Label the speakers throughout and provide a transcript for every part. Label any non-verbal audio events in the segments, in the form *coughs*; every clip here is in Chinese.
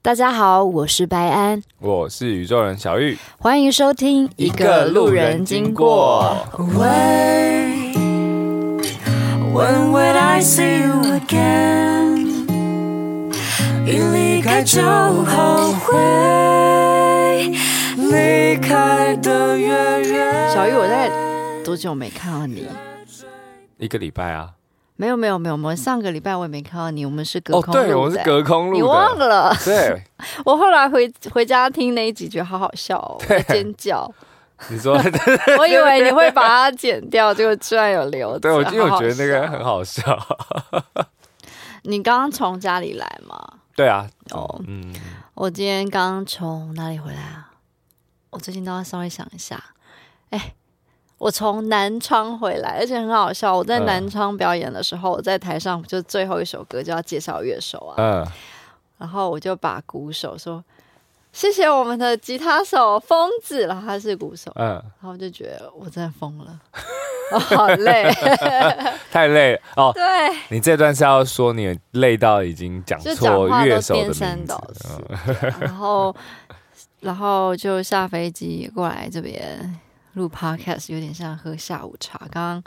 Speaker 1: 大家好，我是白安，
Speaker 2: 我是宇宙人小玉，
Speaker 1: 欢迎收听《
Speaker 3: Wait, when would I see you again？一离开就后悔，离开的越远。
Speaker 1: 小玉，我在多久没看到你？
Speaker 2: 一个礼拜啊。
Speaker 1: 没有没有没有，我们上个礼拜我也没看到你，我们是隔
Speaker 2: 哦，
Speaker 1: 空录的、
Speaker 2: 对，我们是隔空录的。
Speaker 1: 你忘？了？
Speaker 2: 对，
Speaker 1: 我后来回回家听那一集，觉得好好笑、
Speaker 2: *laughs*
Speaker 1: 哦，我在尖叫。*laughs*
Speaker 2: 你说
Speaker 1: 我以为你会把它剪掉，结果居然有留着。
Speaker 2: 对，我因为我
Speaker 1: 好好
Speaker 2: 觉得那个
Speaker 1: 笑
Speaker 2: 很好笑。 *laughs*
Speaker 1: 你刚刚从家里来吗？
Speaker 2: 对啊，
Speaker 1: 哦
Speaker 2: 嗯，
Speaker 1: 我今天刚从哪里回来啊？我最近都要稍微想一下。哎、我从南昌回来，而且很好笑。我在
Speaker 2: 嗯
Speaker 1: 南昌表演的时候，我在台上就最后一首歌就要介绍乐手啊，
Speaker 2: 嗯，
Speaker 1: 然后我就把鼓手说：“谢谢我们的吉他手疯子。”然后他是鼓手，
Speaker 2: 嗯，
Speaker 1: 然后我就觉得我真的疯了，我好累。 *laughs*
Speaker 2: 太累了哦。
Speaker 1: 对，
Speaker 2: 你这段是要说你累到已经讲
Speaker 1: 就讲
Speaker 2: 错
Speaker 1: 话
Speaker 2: 乐
Speaker 1: 都
Speaker 2: 手的
Speaker 1: 颠
Speaker 2: 名
Speaker 1: 三
Speaker 2: 字
Speaker 1: 倒，四，对啊然后然后就下飞机过来这边录 podcast，有点像喝下午茶。刚刚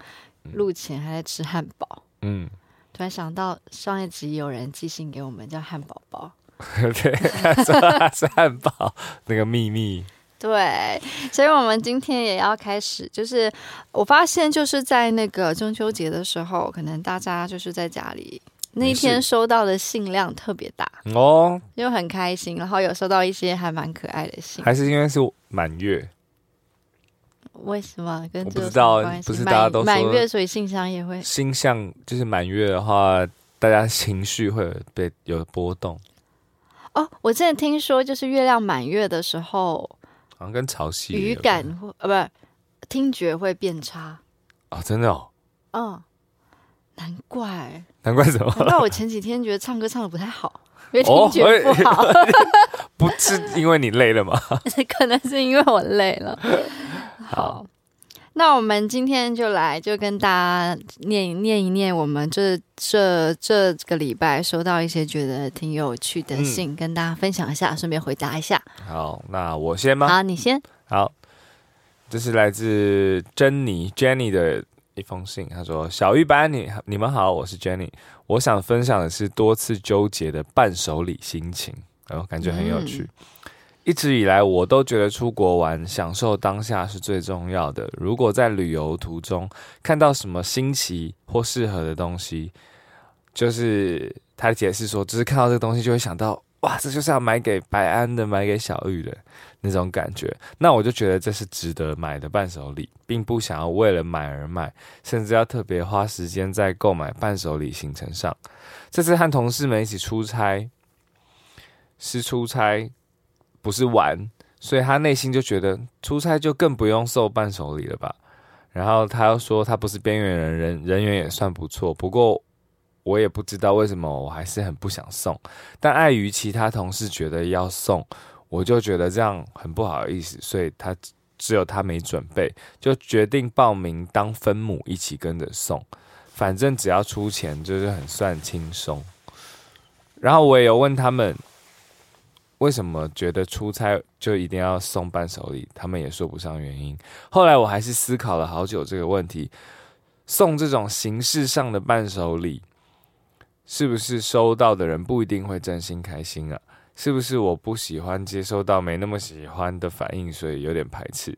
Speaker 1: 录前还在吃汉堡，
Speaker 2: 嗯，
Speaker 1: 突然想到上一集有人寄信给我们叫汉堡包，
Speaker 2: 嗯 *laughs* 对，他说他是汉堡那个秘密，
Speaker 1: 对，所以我们今天也要开始，就是我发现就是在那个中秋节的时候，可能大家就是在家里。那一
Speaker 2: 没事
Speaker 1: 天收到的信量特别大，
Speaker 2: 哦，
Speaker 1: 又很开心，然后有收到一些还蛮可爱的信。
Speaker 2: 还是因为是满月，
Speaker 1: 为什么跟
Speaker 2: 我
Speaker 1: 这
Speaker 2: 不
Speaker 1: 有什么
Speaker 2: 知道
Speaker 1: 关系？
Speaker 2: 不是大家都
Speaker 1: 满
Speaker 2: 说
Speaker 1: 满月，所以信箱也会
Speaker 2: 星象就是满月的话，大家情绪会有被有波动，
Speaker 1: 哦。我之前听说，就是月亮满月的时候，
Speaker 2: 好像跟潮汐也
Speaker 1: 语
Speaker 2: 有关
Speaker 1: 感会呃不听觉会变差。
Speaker 2: 哦，真的哦，
Speaker 1: 嗯，难怪
Speaker 2: 难怪什么
Speaker 1: 难怪我前几天觉得唱歌唱的不太好，因为
Speaker 2: 哦
Speaker 1: 听觉不好，
Speaker 2: 不是因为你累了吗？
Speaker 1: *laughs* 可能是因为我累了。好
Speaker 2: *laughs* 好。
Speaker 1: 那我们今天就来，就跟大家念一念一念，我们这这这个礼拜收到一些觉得挺有趣的
Speaker 2: 嗯
Speaker 1: 信，跟大家分享一下，顺便回答一下。
Speaker 2: 好，那我先吗？
Speaker 1: 好，你先。
Speaker 2: 好，这是来自珍妮 Jenny 的一封信，她说：“小玉班，你你们好，我是 Jenny，我想分享的是多次纠结的伴手礼心情，然、后感觉很有趣。一直以来，我都觉得出国玩、享受当下是最重要的。如果在旅游途中看到什么新奇或适合的东西，就是他解释说，只是看到这个东西就会想到，哇，这就是要买给白安的，买给小玉的那种感觉。那我就觉得这是值得买的伴手礼，并不想要为了买而买，甚至要特别花时间在购买伴手礼行程上。这次和同事们一起出差，是出差，不是玩，所以他内心就觉得出差就更不用送伴手礼了吧。然后他又说他不是边缘人，人人缘也算不错，不过我也不知道为什么我还是很不想送，但碍于其他同事觉得要送，我就觉得这样很不好意思，所以他只有他没准备，就决定报名当分母一起跟着送，反正只要出钱就是很算轻松。然后我也有问他们为什么觉得出差就一定要送伴手礼，他们也说不上原因。后来我还是思考了好久这个问题，送这种形式上的伴手礼，是不是收到的人不一定会真心开心啊？是不是我不喜欢接收到没那么喜欢的反应，所以有点排斥？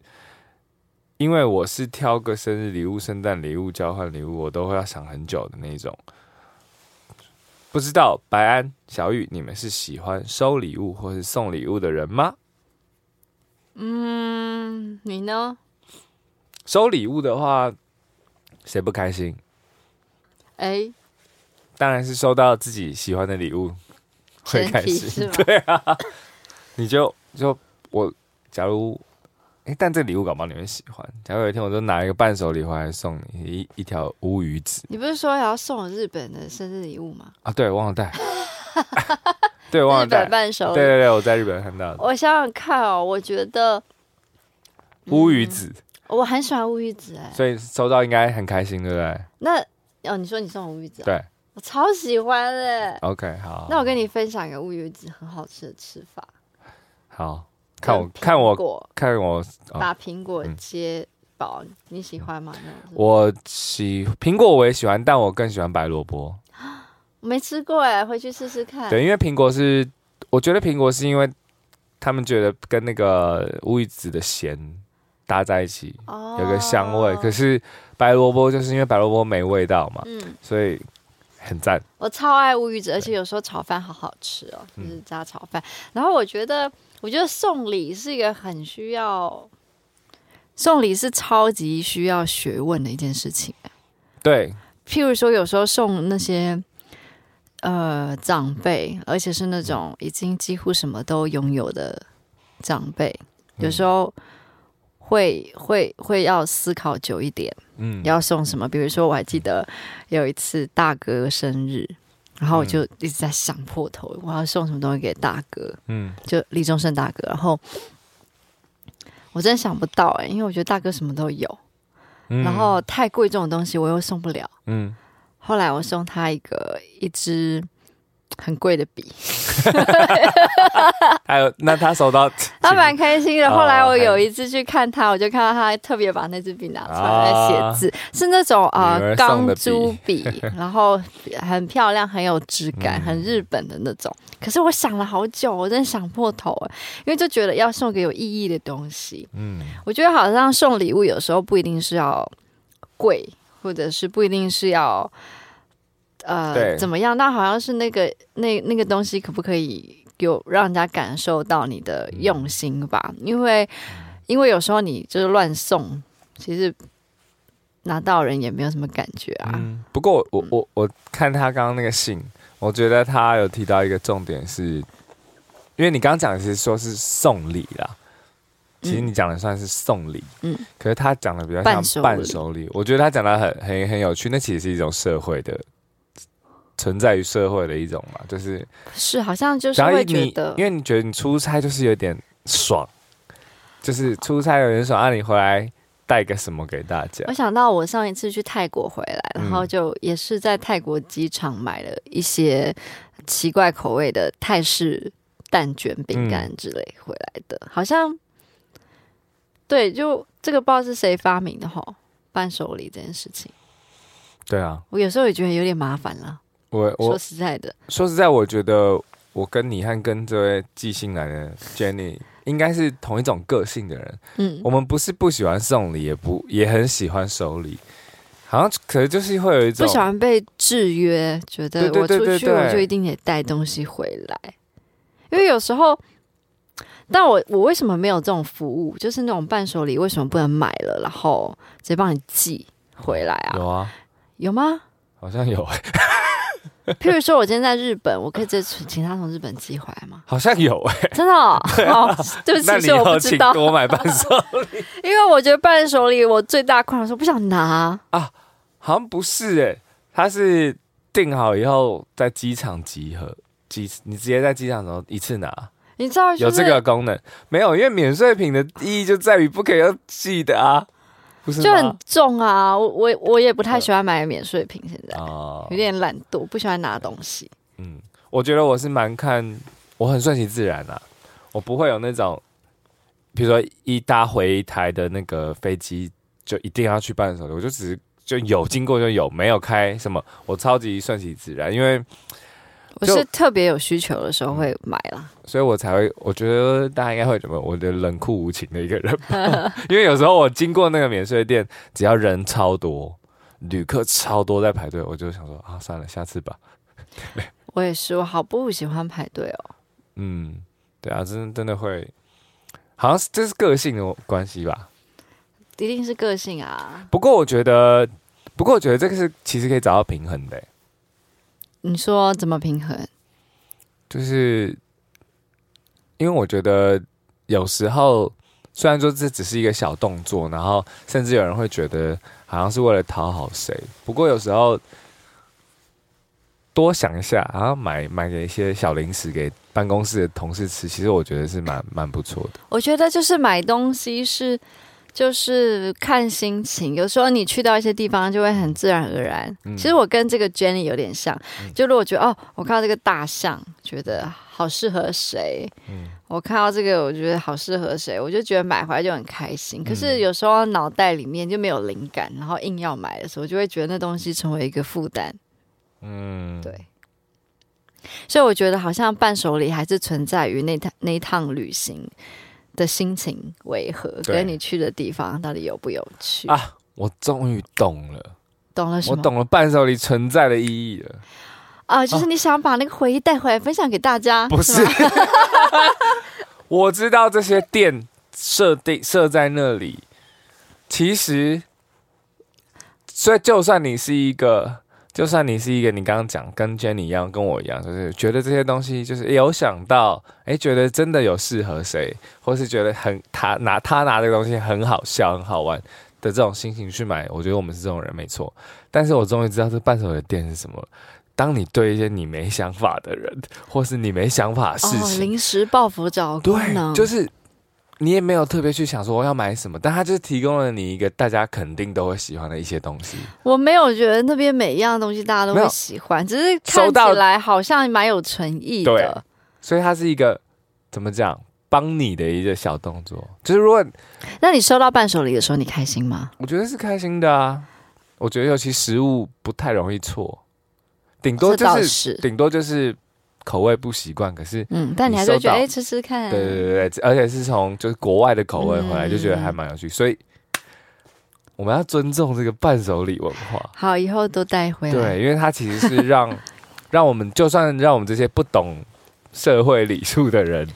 Speaker 2: 因为我是挑个生日礼物、圣诞礼物、交换礼物，我都会要想很久的那种。不知道白安、小雨，你们是喜欢收礼物或是送礼物的人吗？
Speaker 1: 嗯，你呢？
Speaker 2: 收礼物的话，谁不开心？
Speaker 1: 哎，
Speaker 2: 当然是收到自己喜欢的礼物会
Speaker 1: 前
Speaker 2: 开
Speaker 1: 提
Speaker 2: 心。
Speaker 1: 是吗？
Speaker 2: 你就就我，假如，哎、但这礼物搞不好你会喜欢。假如有一天我就拿一个伴手礼回来送你一一条乌鱼子
Speaker 1: 你不是说要送我日本的生日礼物吗？
Speaker 2: 啊，对，忘了带， *laughs* 对，忘
Speaker 1: 日
Speaker 2: 了带
Speaker 1: 本，伴手
Speaker 2: 对
Speaker 1: 礼。
Speaker 2: 对对，我在日本看到的
Speaker 1: 我想想看哦，我觉得嗯
Speaker 2: 乌鱼子，
Speaker 1: 我很喜欢乌鱼子哎。
Speaker 2: 所以收到应该很开心，对不对？
Speaker 1: 那哦，你说你送我乌鱼子啊、
Speaker 2: 对，
Speaker 1: 我超喜欢的。
Speaker 2: OK，好，
Speaker 1: 那我跟你分享一个乌鱼子很好吃的吃法，
Speaker 2: 好看我
Speaker 1: 跟
Speaker 2: 看
Speaker 1: 苹
Speaker 2: 我
Speaker 1: 果
Speaker 2: 看我，哦
Speaker 1: 把苹果
Speaker 2: 嗯
Speaker 1: 切薄，你喜欢吗？那种
Speaker 2: 我喜苹果我也喜欢，但我更喜欢白萝卜。
Speaker 1: 我没吃过哎，回去试试看。
Speaker 2: 对，因为苹果是，我觉得苹果是因为他们觉得跟那个乌鱼子的咸搭在一起，
Speaker 1: 哦，
Speaker 2: 有个香味。可是白萝卜就是因为白萝卜没味道嘛，
Speaker 1: 嗯，
Speaker 2: 所以很赞。
Speaker 1: 我超爱乌鱼子，而且有时候炒饭好好吃哦，
Speaker 2: 嗯
Speaker 1: 就是加炒饭。然后我觉得，我觉得送礼是一个很需要，送礼是超级需要学问的一件事情。
Speaker 2: 对，
Speaker 1: 譬如说，有时候送那些呃长辈，而且是那种已经几乎什么都拥有的长辈，
Speaker 2: 嗯
Speaker 1: 有时候会会会要思考久一点。
Speaker 2: 嗯，
Speaker 1: 要送什么。比如说，我还记得有一次大哥生日，然后我就一直在想破头，我要送什么东西给大哥，
Speaker 2: 嗯
Speaker 1: 就李宗盛大哥。然后我真的想不到哎、因为我觉得大哥什么都有，
Speaker 2: 嗯
Speaker 1: 然后太贵重的东西我又送不了。
Speaker 2: 嗯，
Speaker 1: 后来我送他一个一支很贵的笔，
Speaker 2: 还有那他收到，
Speaker 1: *laughs* *laughs* 他蛮开心的。
Speaker 2: 哦
Speaker 1: 后来我有一次去看他，我就看到他特别把那支笔拿出来在写字，是那种啊
Speaker 2: 女儿送
Speaker 1: 钢
Speaker 2: 的笔
Speaker 1: 珠笔， *laughs* 然后很漂亮，很有质感，
Speaker 2: 嗯
Speaker 1: 很日本的那种。可是我想了好久，我真的想破头哎，因为就觉得要送给有意义的东西。
Speaker 2: 嗯
Speaker 1: 我觉得好像送礼物有时候不一定是要贵，或者是不一定是要呃
Speaker 2: 对
Speaker 1: 怎么样，那好像是那个那那个东西可不可以有让人家感受到你的用心吧？因为因为有时候你就是乱送，其实拿到人也没有什么感觉啊。
Speaker 2: 嗯。不过我我我看他刚刚那个信，我觉得他有提到一个重点是，因为你刚刚讲的是说是送礼啦，其实你讲的算是送礼，
Speaker 1: 嗯
Speaker 2: 嗯，可是他讲的比较
Speaker 1: 伴手
Speaker 2: 像
Speaker 1: 礼
Speaker 2: 伴手礼，我觉得他讲的很很很有趣，那其实是一种社会的。存在于社会的一种嘛，就是
Speaker 1: 是，好像就是
Speaker 2: 只要
Speaker 1: 会觉
Speaker 2: 你
Speaker 1: 得，
Speaker 2: 因为你觉得你出差就是有点爽，就是出差有点爽，啊，你回来带个什么给大家
Speaker 1: 我？想到我上一次去泰国回来，
Speaker 2: 嗯
Speaker 1: 然后就也是在泰国机场买了一些奇怪口味的泰式蛋卷、
Speaker 2: 嗯
Speaker 1: 饼干之类回来的，好像对，就这个不知道是谁发明的哈，伴手礼这件事情，
Speaker 2: 对啊，
Speaker 1: 我有时候也觉得有点麻烦了。
Speaker 2: 我我
Speaker 1: 说实在的，
Speaker 2: 说实在，我觉得我跟你和跟这位寄信来的 Jenny 应该是同一种个性的人。
Speaker 1: 嗯
Speaker 2: 我，们不是不喜欢送礼，也不也很喜欢收礼，好像可能就是会有一
Speaker 1: 不
Speaker 2: 种
Speaker 1: 喜欢被制约，觉得
Speaker 2: 对对
Speaker 1: 我
Speaker 2: 对
Speaker 1: 出
Speaker 2: 对
Speaker 1: 去
Speaker 2: 对
Speaker 1: 我就一定得带东西回来，因为有时候，但我我为什么没有这种服务？就是那种伴手礼为什么不能买了，然后直接帮你寄回来啊？
Speaker 2: 有啊，
Speaker 1: 有吗？
Speaker 2: 好像有，？
Speaker 1: 譬如说我今天在日本，我可以直接请请他从日本寄回来吗
Speaker 2: *laughs* 好像有。欸
Speaker 1: 真的
Speaker 2: *laughs*
Speaker 1: 哦，哦对不
Speaker 2: 那
Speaker 1: 起，
Speaker 2: 你
Speaker 1: 是我不
Speaker 2: 有
Speaker 1: 知
Speaker 2: 请
Speaker 1: 道，
Speaker 2: 多买伴手？ *laughs*
Speaker 1: 因为我觉得伴手礼我最大困扰是我不想拿，
Speaker 2: 好像不是诶、他是订好以后在机场集合，集你直接在机场的时候一次拿，
Speaker 1: 你知道、就是、
Speaker 2: 有这个功能没有？因为免税品的意义就在于不可以要寄的啊，不是
Speaker 1: 就
Speaker 2: 吗
Speaker 1: 很重啊，我我我也不太喜欢买免税品，现在。
Speaker 2: 哦
Speaker 1: 有点懒惰，不喜欢拿东西。
Speaker 2: 嗯，我觉得我是蛮看，我很顺其自然啊，我不会有那种，比如说一搭回台的那个飞机就一定要去办手续，我就只是就有经过就有，没有开什么，我超级顺其自然，因为
Speaker 1: 我
Speaker 2: 就是
Speaker 1: 特别有需求的时候会买啦。
Speaker 2: 所以我才会，我觉得大家应该会怎么，我的冷酷无情的一个人
Speaker 1: *laughs*
Speaker 2: 吧，因为有时候我经过那个免税店，只要人超多，旅客超多在排队，我就想说啊，算了，下次吧，
Speaker 1: 我也是，我好不喜欢排队哦。
Speaker 2: 嗯，对啊，真的真的会，好像是这是个性的关系吧。
Speaker 1: 一定是个性啊！
Speaker 2: 不过我觉得，不过我觉得这个是其实可以找到平衡的欸、
Speaker 1: 你说怎么平衡？
Speaker 2: 就是因为我觉得有时候虽然说这只是一个小动作，然后甚至有人会觉得好像是为了讨好谁，不过有时候多想一下，然后买买给一些小零食给办公室的同事吃，其实我觉得是蛮蛮不错的。
Speaker 1: 我觉得就是买东西是，就是看心情，有时候你去到一些地方就会很自然而然。其实我跟这个 Jenny 有点像，就如果觉得哦，我看到这个大象，觉得好适合谁，我看到这个我觉得好适合谁，我就觉得买回来就很开心。可是有时候脑袋里面就没有灵感，然后硬要买的时候，就会觉得那东西成为一个负担。
Speaker 2: 嗯，
Speaker 1: 对，所以我觉得好像伴手礼还是存在于那趟那一趟旅行的心情为何，
Speaker 2: 对
Speaker 1: 跟你去的地方到底有不有趣，
Speaker 2: 啊我终于懂了，
Speaker 1: 懂了什
Speaker 2: 我
Speaker 1: 么？
Speaker 2: 懂了伴手礼存在的意义了。
Speaker 1: 啊，就是你想把那个回忆带回来，分享给大家，
Speaker 2: 不是
Speaker 1: 啊吗，
Speaker 2: *laughs* 我知道这些店设定设在那里，其实，所以就算你是一个，就算你是一个，你刚刚讲跟 Jenny 一样，跟我一样，就是觉得这些东西就是有想到，哎、觉得真的有适合谁，或是觉得很他拿他拿这个东西很好笑、很好玩的这种心情去买，我觉得我们是这种人没错。但是我终于知道这伴手礼的店是什么了。当你对一些你没想法的人，或是你没想法的事
Speaker 1: 哦，
Speaker 2: 情，
Speaker 1: 临时抱佛脚功能，
Speaker 2: 对，就是你也没有特别去想说我要买什么，但它就是提供了你一个大家肯定都会喜欢的一些东西。
Speaker 1: 我没有觉得那边每一样东西大家都
Speaker 2: 没
Speaker 1: 会
Speaker 2: 有
Speaker 1: 喜欢，只是看
Speaker 2: 收
Speaker 1: 起
Speaker 2: 到
Speaker 1: 来好像蛮有诚意的。
Speaker 2: 所以它是一个怎么讲，帮你的一个小动作。就是如果
Speaker 1: 那你收到伴手礼的时候，你开心吗？
Speaker 2: 我觉得是开心的啊，我觉得尤其食物不太容易错，顶多
Speaker 1: 这倒
Speaker 2: 就是
Speaker 1: 是，
Speaker 2: 顶多就是口味不习惯，可是。
Speaker 1: 嗯，但你
Speaker 2: 你
Speaker 1: 还是会
Speaker 2: 收
Speaker 1: 觉得，
Speaker 2: 到
Speaker 1: 哎、吃吃看、啊，
Speaker 2: 对对对对，而且是从就是国外的口味回来，
Speaker 1: 嗯
Speaker 2: 就觉得还蛮有趣，所以我们要尊重这个伴手礼文化。
Speaker 1: 好，以后都带回来。
Speaker 2: 对，因为它其实是让让我们，就算让我们这些不懂社会礼数的人，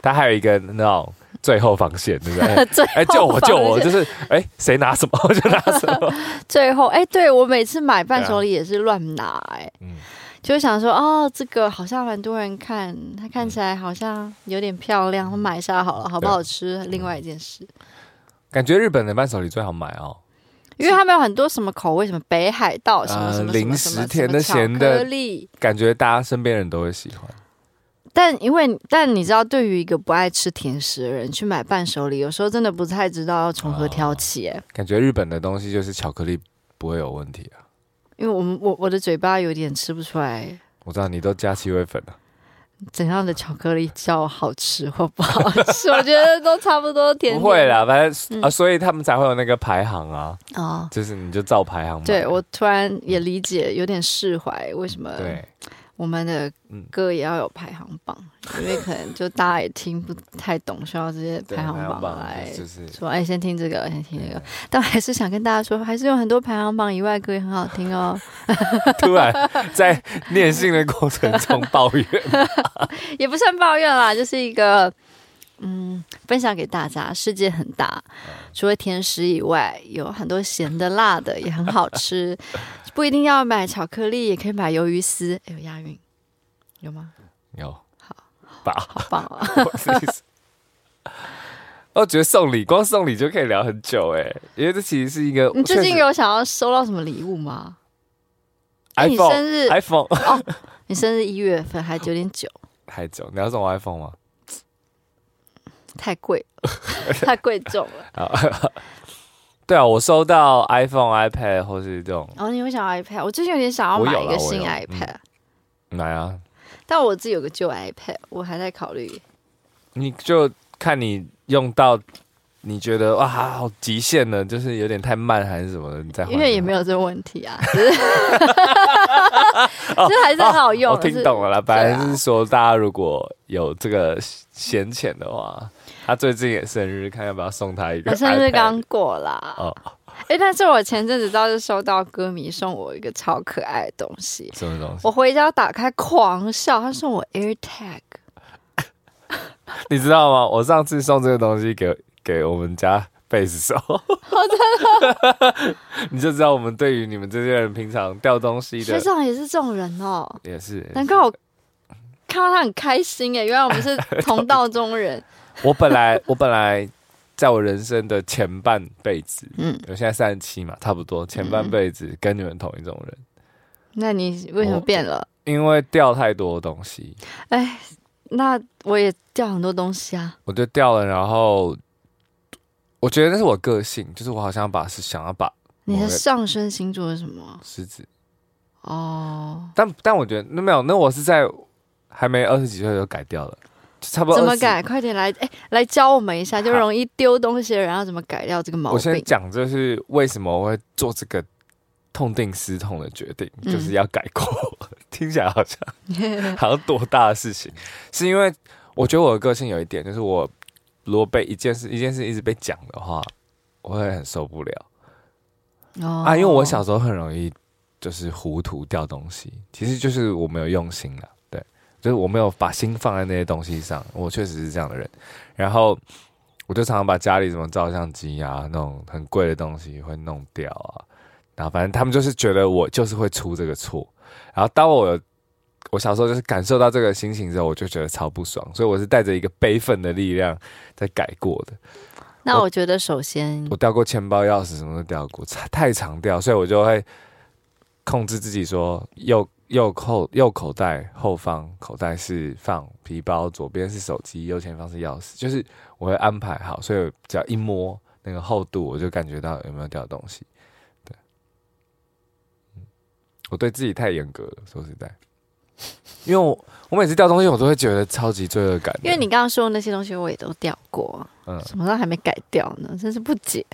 Speaker 2: 他还有一个那种最后防线，对不对？
Speaker 1: 最
Speaker 2: 哎、救我！
Speaker 1: 后
Speaker 2: 救我！
Speaker 1: 发
Speaker 2: 就
Speaker 1: 现
Speaker 2: 是哎，谁、拿什么我就拿什么。
Speaker 1: 最后，哎、对我每次买伴
Speaker 2: 对啊
Speaker 1: 手礼也是乱拿、哎、
Speaker 2: 嗯
Speaker 1: 就想说，哦，这个好像蛮多人看，它
Speaker 2: 嗯
Speaker 1: 看起来好像有点漂亮，我买一下好了，好不好吃？另外一件事，
Speaker 2: 感觉日本的伴手礼最好买哦，
Speaker 1: 因为他们有很多什么口味，什么北海道，什么
Speaker 2: 呃
Speaker 1: 什么什么
Speaker 2: 零
Speaker 1: 什
Speaker 2: 食
Speaker 1: 么什
Speaker 2: 甜
Speaker 1: 么
Speaker 2: 的咸
Speaker 1: 巧
Speaker 2: 的
Speaker 1: 克力。
Speaker 2: 感觉大家身边人都会喜欢。
Speaker 1: 但因为，但你知道，对于一个不爱吃甜食的人去买伴手礼，有时候真的不太知道要从
Speaker 2: 哦
Speaker 1: 何挑起、哎
Speaker 2: 感觉日本的东西就是巧克力不会有问题啊。
Speaker 1: 因为我们我我的嘴巴有点吃不出来
Speaker 2: 我知道你都加七味粉了、啊
Speaker 1: 怎样的巧克力叫好吃或不好吃？我觉得都差不多甜甜。
Speaker 2: 不会啦，反正、
Speaker 1: 嗯
Speaker 2: 啊，所以他们才会有那个排行啊，
Speaker 1: 哦，
Speaker 2: 就是你就照排行买。
Speaker 1: 对我突然也理解，有点释怀，为什么
Speaker 2: 对，
Speaker 1: 我们的
Speaker 2: 嗯
Speaker 1: 歌也要有排行榜？因为可能就大家也听不太懂，需要这些
Speaker 2: 对
Speaker 1: 排行榜来。
Speaker 2: 就是 *laughs*
Speaker 1: 说哎，先听这个，先听那个，但我还是想跟大家说，还是有很多排行榜以外的歌也很好听哦，
Speaker 2: 突然在念信的过程中抱怨， *laughs*
Speaker 1: *laughs* 也不算抱怨啦，就是一个嗯，分享给大家。世界很大，除了甜食以外，有很多咸的、辣的，也很好吃。不一定要买巧克力，也可以买鱿鱼丝。哎呦，押韵有吗？
Speaker 2: 有
Speaker 1: 好
Speaker 2: 吧？
Speaker 1: 好棒
Speaker 2: *laughs*
Speaker 1: 啊！
Speaker 2: 我自己是我觉得送礼，光送礼就可以聊很久哎、因为这其实是一个
Speaker 1: 你最近
Speaker 2: 确实
Speaker 1: 有想要收到什么礼物吗？哎你
Speaker 2: iPhone
Speaker 1: 生日
Speaker 2: iPhone *laughs*
Speaker 1: 你生日一月份还九点九，
Speaker 2: 太久，你要送我 iPhone 吗？
Speaker 1: 太贵了，太贵重了。 *laughs*
Speaker 2: 对啊，我收到 iPhone、iPad 或是这种
Speaker 1: 然后你会想要 iPad，我最近有点想要
Speaker 2: 我有
Speaker 1: 买
Speaker 2: 啦
Speaker 1: 一个新
Speaker 2: 我有嗯
Speaker 1: iPad，
Speaker 2: 买啊，
Speaker 1: 但我自己有个旧 iPad，我还在考虑。
Speaker 2: 你就看你用到。你觉得哇，好极限了，就是有点太慢还是什么的，你再换
Speaker 1: 因为也没有这个问题啊，只
Speaker 2: *laughs*
Speaker 1: 是这还是很好用。
Speaker 2: 我哦听懂了啦，本来
Speaker 1: 对
Speaker 2: 是
Speaker 1: 啊
Speaker 2: 说大家如果有这个闲钱的话，他最近也生日，看要不要送他一个
Speaker 1: 我
Speaker 2: iPad。
Speaker 1: 啊生日刚过啦，
Speaker 2: 哦，
Speaker 1: 哎、但是我前阵子倒是收到歌迷送我一个超可爱的东西，
Speaker 2: 什么东西？
Speaker 1: 我回家打开狂笑，他送我 AirTag，
Speaker 2: 你知道吗？我上次送这个东西给给我们家贝斯手，
Speaker 1: 哦
Speaker 2: *laughs* 你就知道我们对于你们这些人平常掉东西
Speaker 1: 学
Speaker 2: 的
Speaker 1: 长也是这种人哦，
Speaker 2: 也是。
Speaker 1: 难怪我看到他很开心哎，原来我
Speaker 2: *laughs*
Speaker 1: 们是同道中人，
Speaker 2: 我本来 *laughs* 我本来在我人生的前半辈子，
Speaker 1: 嗯，
Speaker 2: 我现在三十七嘛，差不多前半辈子跟你们同一种人。
Speaker 1: 那你为什么
Speaker 2: 我
Speaker 1: 变了？
Speaker 2: 因为掉太多东西，
Speaker 1: 哎，那我也掉很多东西啊，
Speaker 2: 我就掉了，然后我觉得那是我个性，就是我好像把是想要把
Speaker 1: 你的上升星座是什么？
Speaker 2: 狮子，
Speaker 1: 哦，
Speaker 2: 但但我觉得那没有，那我是在还没二十几岁的时候改掉的，就差不多
Speaker 1: 怎么
Speaker 2: 20
Speaker 1: 改？快点来，哎、来教我们一下，就
Speaker 2: 好
Speaker 1: 容易丢东西了，然后怎么改掉这个毛
Speaker 2: 我先
Speaker 1: 病？
Speaker 2: 讲，就是为什么我会做这个痛定思痛的决定，
Speaker 1: 嗯
Speaker 2: 就是要改过。 *laughs* 听起来好像好像多大的事情，是因为我觉得我的个性有一点，就是我如果被一件事一件事一直被讲的话，我会很受不了、
Speaker 1: 哦
Speaker 2: 啊。因为我小时候很容易就是糊涂掉东西，其实就是我没有用心了，对，就是我没有把心放在那些东西上，我确实是这样的人。然后我就常常把家里什么照相机啊，那种很贵的东西会弄掉啊。然后反正他们就是觉得我就是会出这个错。然后当我有我小时候就是感受到这个心情之后，我就觉得超不爽，所以我是带着一个悲愤的力量在改过的。
Speaker 1: 那我觉得首先
Speaker 2: 我掉过钱包、钥匙，什么都掉过，太太常掉，所以我就会控制自己说右右后右口袋后方口袋是放皮包，左边是手机，右前方是钥匙，就是我会安排好，所以只要一摸那个厚度，我就感觉到有没有掉东西。对，嗯我对自己太严格了，说实在。因为我我每次掉东西，我都会觉得超级罪恶感的。
Speaker 1: 因为你刚刚说的那些东西我也都掉过，
Speaker 2: 嗯，
Speaker 1: 什么时候还没改掉呢？真是不解。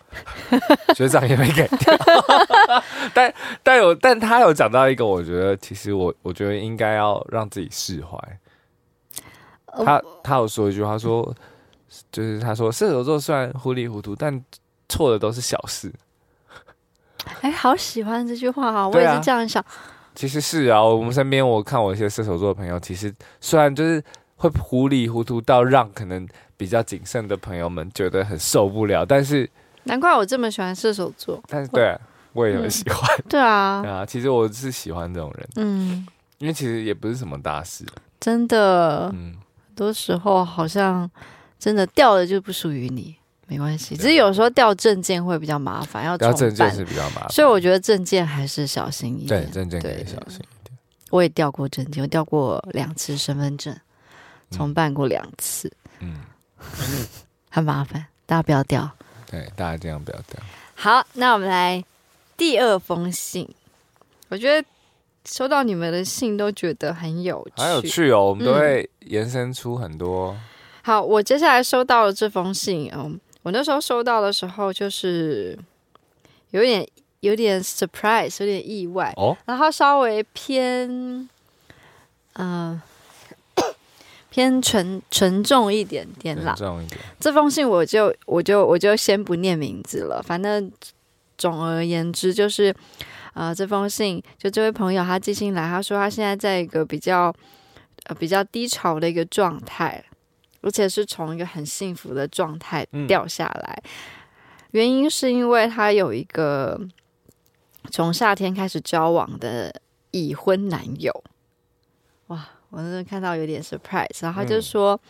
Speaker 2: 学长也没改掉， *laughs* 但但有但他有讲到一个，我觉得其实我我觉得应该要让自己释怀。
Speaker 1: 呃
Speaker 2: 他他有说一句话他说，就是他说射手座虽然糊里糊涂，但错的都是小事。
Speaker 1: 哎、好喜欢这句话啊！我
Speaker 2: 对
Speaker 1: 也
Speaker 2: 啊
Speaker 1: 是这样想。
Speaker 2: 其实是啊，我们身边我看我一些射手座的朋友，其实虽然就是会糊里糊涂到让可能比较谨慎的朋友们觉得很受不了，但是
Speaker 1: 难怪我这么喜欢射手座。
Speaker 2: 但是对啊、我也很喜欢、
Speaker 1: 对啊，
Speaker 2: 啊。其实我是喜欢这种人，
Speaker 1: 嗯，
Speaker 2: 因为其实也不是什么大事，
Speaker 1: 真的，
Speaker 2: 嗯。
Speaker 1: 很多时候好像真的掉了就不属于你，没关系。
Speaker 2: 对
Speaker 1: 只是有时候掉证件会比较麻烦，要重
Speaker 2: 要
Speaker 1: 办。
Speaker 2: 证件是比较麻烦，
Speaker 1: 所以我觉得证件还是小心一
Speaker 2: 对
Speaker 1: 点。
Speaker 2: 证件可
Speaker 1: 对对
Speaker 2: 以小心。
Speaker 1: 我也掉过证件，我掉过两次身份证，重办过两次，
Speaker 2: 嗯，
Speaker 1: *laughs* 很麻烦，大家不要掉。
Speaker 2: 对，大家尽量不要这样。
Speaker 1: 好，那我们来第二封信。我觉得收到你们的信都觉得很有趣。
Speaker 2: 还有趣哦，我们都
Speaker 1: 嗯
Speaker 2: 会延伸出很多。
Speaker 1: 好，我接下来收到了这封信。嗯，我那时候收到的时候就是有点有点 surprise，有点意外，
Speaker 2: 哦
Speaker 1: 然后稍微偏，嗯、 *coughs* 偏沉沉重一点点啦
Speaker 2: 慎。重一点，
Speaker 1: 这封信我就我就我就先不念名字了，反正总而言之就是，呃，这封信就这位朋友他寄信来，他说他现在在一个比较呃比较低潮的一个状态，而且是从一个很幸福的状态
Speaker 2: 嗯
Speaker 1: 掉下来，原因是因为他有一个从夏天开始交往的已婚男友，哇，我真的看到有点 surprise，然后他就
Speaker 2: 嗯
Speaker 1: 说。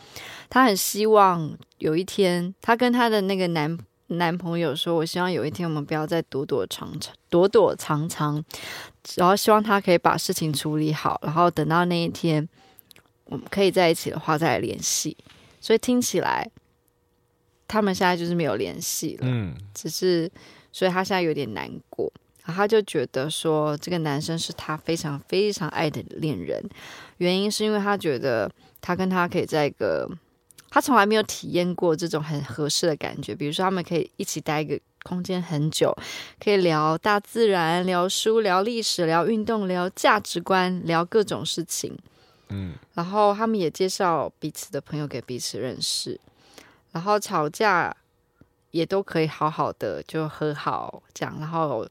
Speaker 1: 她很希望有一天，她跟她的那个男男朋友说：“我希望有一天我们不要再躲躲藏藏、躲躲藏藏，然后希望他可以把事情处理好，然后等到那一天我们可以在一起的话再来联系。”所以听起来，他们现在就是没有联系了，
Speaker 2: 嗯，
Speaker 1: 只是所以她现在有点难过。然后她就觉得说，这个男生是她非常非常爱的恋人，原因是因为她觉得她跟他可以在一个，她从来没有体验过这种很合适的感觉。比如说，他们可以一起待一个空间很久，可以聊大自然、聊书、聊历史、聊运动、聊价值观、聊各种事情。
Speaker 2: 嗯，
Speaker 1: 然后他们也介绍彼此的朋友给彼此认识，然后吵架也都可以好好的就和好这样，然后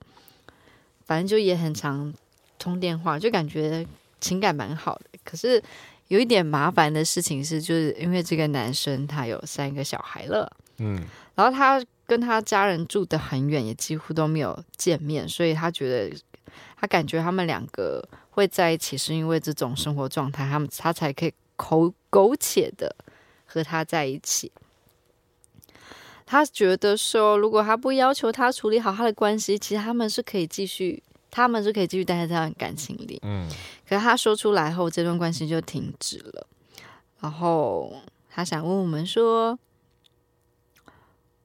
Speaker 1: 反正就也很常通电话，就感觉情感蛮好的。可是有一点麻烦的事情是，就是因为这个男生他有三个小孩了，
Speaker 2: 嗯，
Speaker 1: 然后他跟他家人住得很远，也几乎都没有见面，所以他觉得他感觉他们两个会在一起，是因为这种生活状态，他们他才可以苟苟且的和他在一起。他觉得说，如果他不要求他处理好他的关系，其实他们是可以继续，他们是可以继续待在这段感情里。
Speaker 2: 嗯，
Speaker 1: 可是他说出来后，这段关系就停止了。然后他想问我们说，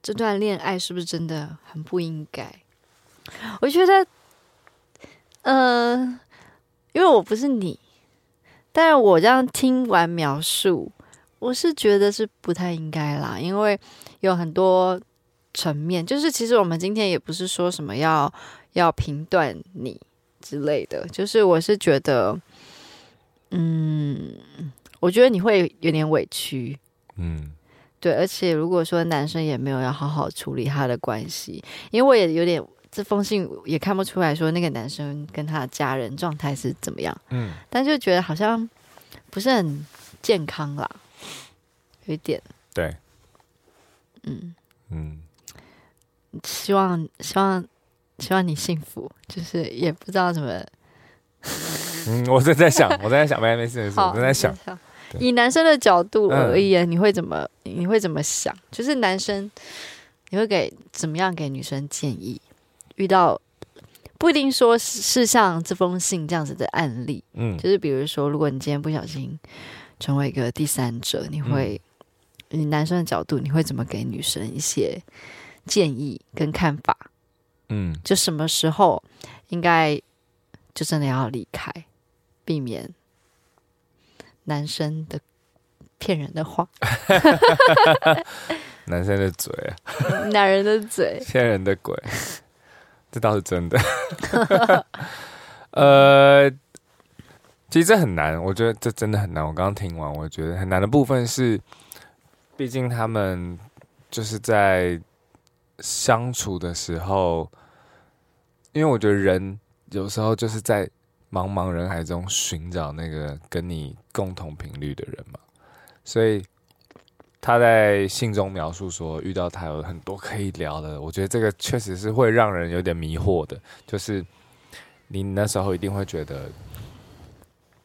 Speaker 1: 这段恋爱是不是真的很不应该？我觉得，嗯，因为我不是你，但是我这样听完描述，我是觉得是不太应该啦，因为有很多层面，就是其实我们今天也不是说什么要要评断你之类的，就是我是觉得，嗯，我觉得你会有点委屈，
Speaker 2: 嗯，
Speaker 1: 对，而且如果说男生也没有要好好处理他的关系，因为我也有点这封信也看不出来说那个男生跟他的家人状态是怎么样，
Speaker 2: 嗯，
Speaker 1: 但就觉得好像不是很健康啦，有一点，
Speaker 2: 对，
Speaker 1: 嗯，
Speaker 2: 嗯，
Speaker 1: 希望希望希望你幸福，就是也不知道怎么
Speaker 2: 嗯，我正在想，我正在 *laughs* 想，没没事没事，我
Speaker 1: 好，
Speaker 2: 正在想
Speaker 1: 你，在想
Speaker 2: 对
Speaker 1: 以男生的角度
Speaker 2: 嗯
Speaker 1: 而言，你会怎么你会怎么想？就是男生，你会给怎么样给女生建议？遇到不一定说是是像这封信这样子的案例，
Speaker 2: 嗯
Speaker 1: 就是比如说，如果你今天不小心成为一个第三者，你
Speaker 2: 嗯
Speaker 1: 会、以男生的角度，你会怎么给女生一些建议跟看法？
Speaker 2: 嗯
Speaker 1: 就什么时候应该就真的要离开，避免男生的骗人的话、
Speaker 2: 男生的嘴，啊
Speaker 1: 男人的嘴。
Speaker 2: 骗人的鬼， *laughs* 这倒是真的。呃，其实这很难，我觉得这真的很难。我刚刚听完，我觉得很难的部分是，毕竟他们就是在相处的时候，因为我觉得人有时候就是在茫茫人海中寻找那个跟你共同频率的人嘛，所以他在信中描述说，遇到他有很多可以聊的，我觉得这个确实是会让人有点迷惑的，就是你那时候一定会觉得。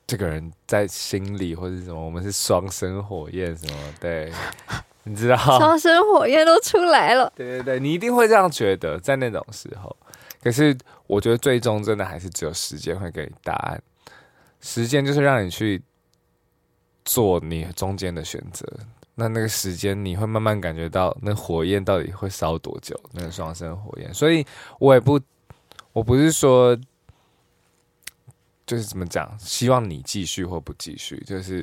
Speaker 2: 这个人在心里或者是什么，我们是双生火焰什么？对，你知道， *laughs*
Speaker 1: 双生火焰都出来了，
Speaker 2: 对对对，你一定会这样觉得，在那种时候。可是我觉得最终真的还是只有时间会给你答案，时间就是让你去做你中间的选择。那那个时间，你会慢慢感觉到那火焰到底会烧多久，那个双生火焰。所以我也不，我不是说，就是怎么讲，希望你继续或不继续，就是，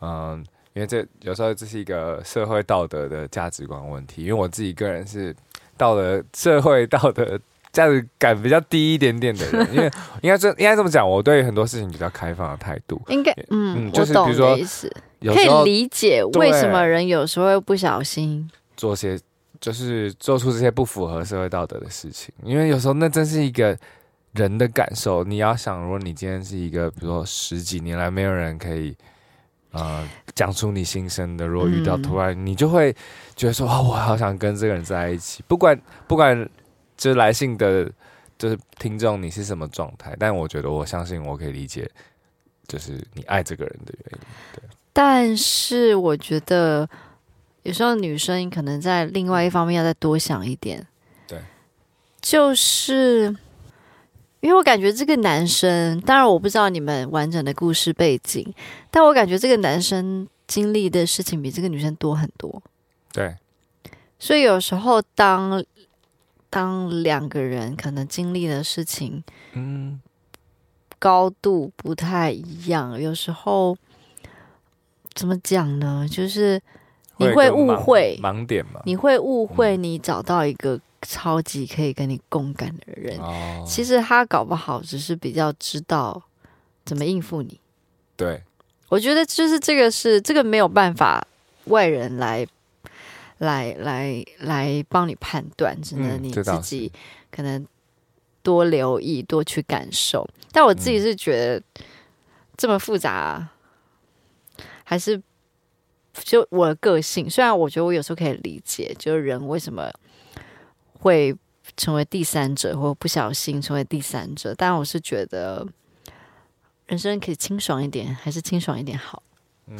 Speaker 2: 嗯，因为这有时候这是一个社会道德的价值观问题。因为我自己个人是道德社会道德价值感比较低一点点的人，因为应该这应该这么讲，我对很多事情比较开放的态度。
Speaker 1: 应该嗯，
Speaker 2: 嗯就是
Speaker 1: 我懂
Speaker 2: 比
Speaker 1: 你
Speaker 2: 如说
Speaker 1: 的意思，
Speaker 2: 有
Speaker 1: 可
Speaker 2: 时
Speaker 1: 以
Speaker 2: 候
Speaker 1: 理解
Speaker 2: 对
Speaker 1: 为什么人有时候会不小心。
Speaker 2: 做些就是做出这些不符合社会道德的事情，因为有时候那真是一个人的感受。你要想，如果你今天是一个，比如说十几年来没有人可以。呃，讲出你心声的，如果遇到
Speaker 1: 嗯
Speaker 2: 突然，你就会觉得说啊、我好想跟这个人在一起。不管不管，就是来信的，就是听众，你是什么状态？但我觉得，我相信我可以理解，就是你爱这个人的原因。
Speaker 1: 但是我觉得有时候女生可能在另外一方面要再多想一点。
Speaker 2: 对，
Speaker 1: 就是因为我感觉这个男生，当然我不知道你们完整的故事背景，但我感觉这个男生经历的事情比这个女生多很多，
Speaker 2: 对，
Speaker 1: 所以有时候当当两个人可能经历的事情
Speaker 2: 嗯，
Speaker 1: 高度不太一样，有时候怎么讲呢？就是你
Speaker 2: 有一个嗯
Speaker 1: 会误
Speaker 2: 盲
Speaker 1: 会
Speaker 2: 盲点嘛？
Speaker 1: 你会误会你找到一个超级可以跟你共感的人，
Speaker 2: 哦
Speaker 1: 其实他搞不好只是比较知道怎么应付你。
Speaker 2: 对，
Speaker 1: 我觉得就是这个是这个没有办法外人来来来来帮你判断，只能
Speaker 2: 嗯
Speaker 1: 你
Speaker 2: 这
Speaker 1: 自
Speaker 2: 倒
Speaker 1: 己可能多留意、多去感受。但我自己是觉得这么复杂、还是就我的个性。虽然我觉得我有时候可以理解，就是人为什么会成为第三者，或不小心成为第三者，但我是觉得。人生可以清爽一点，还是清爽一点好。
Speaker 2: 嗯，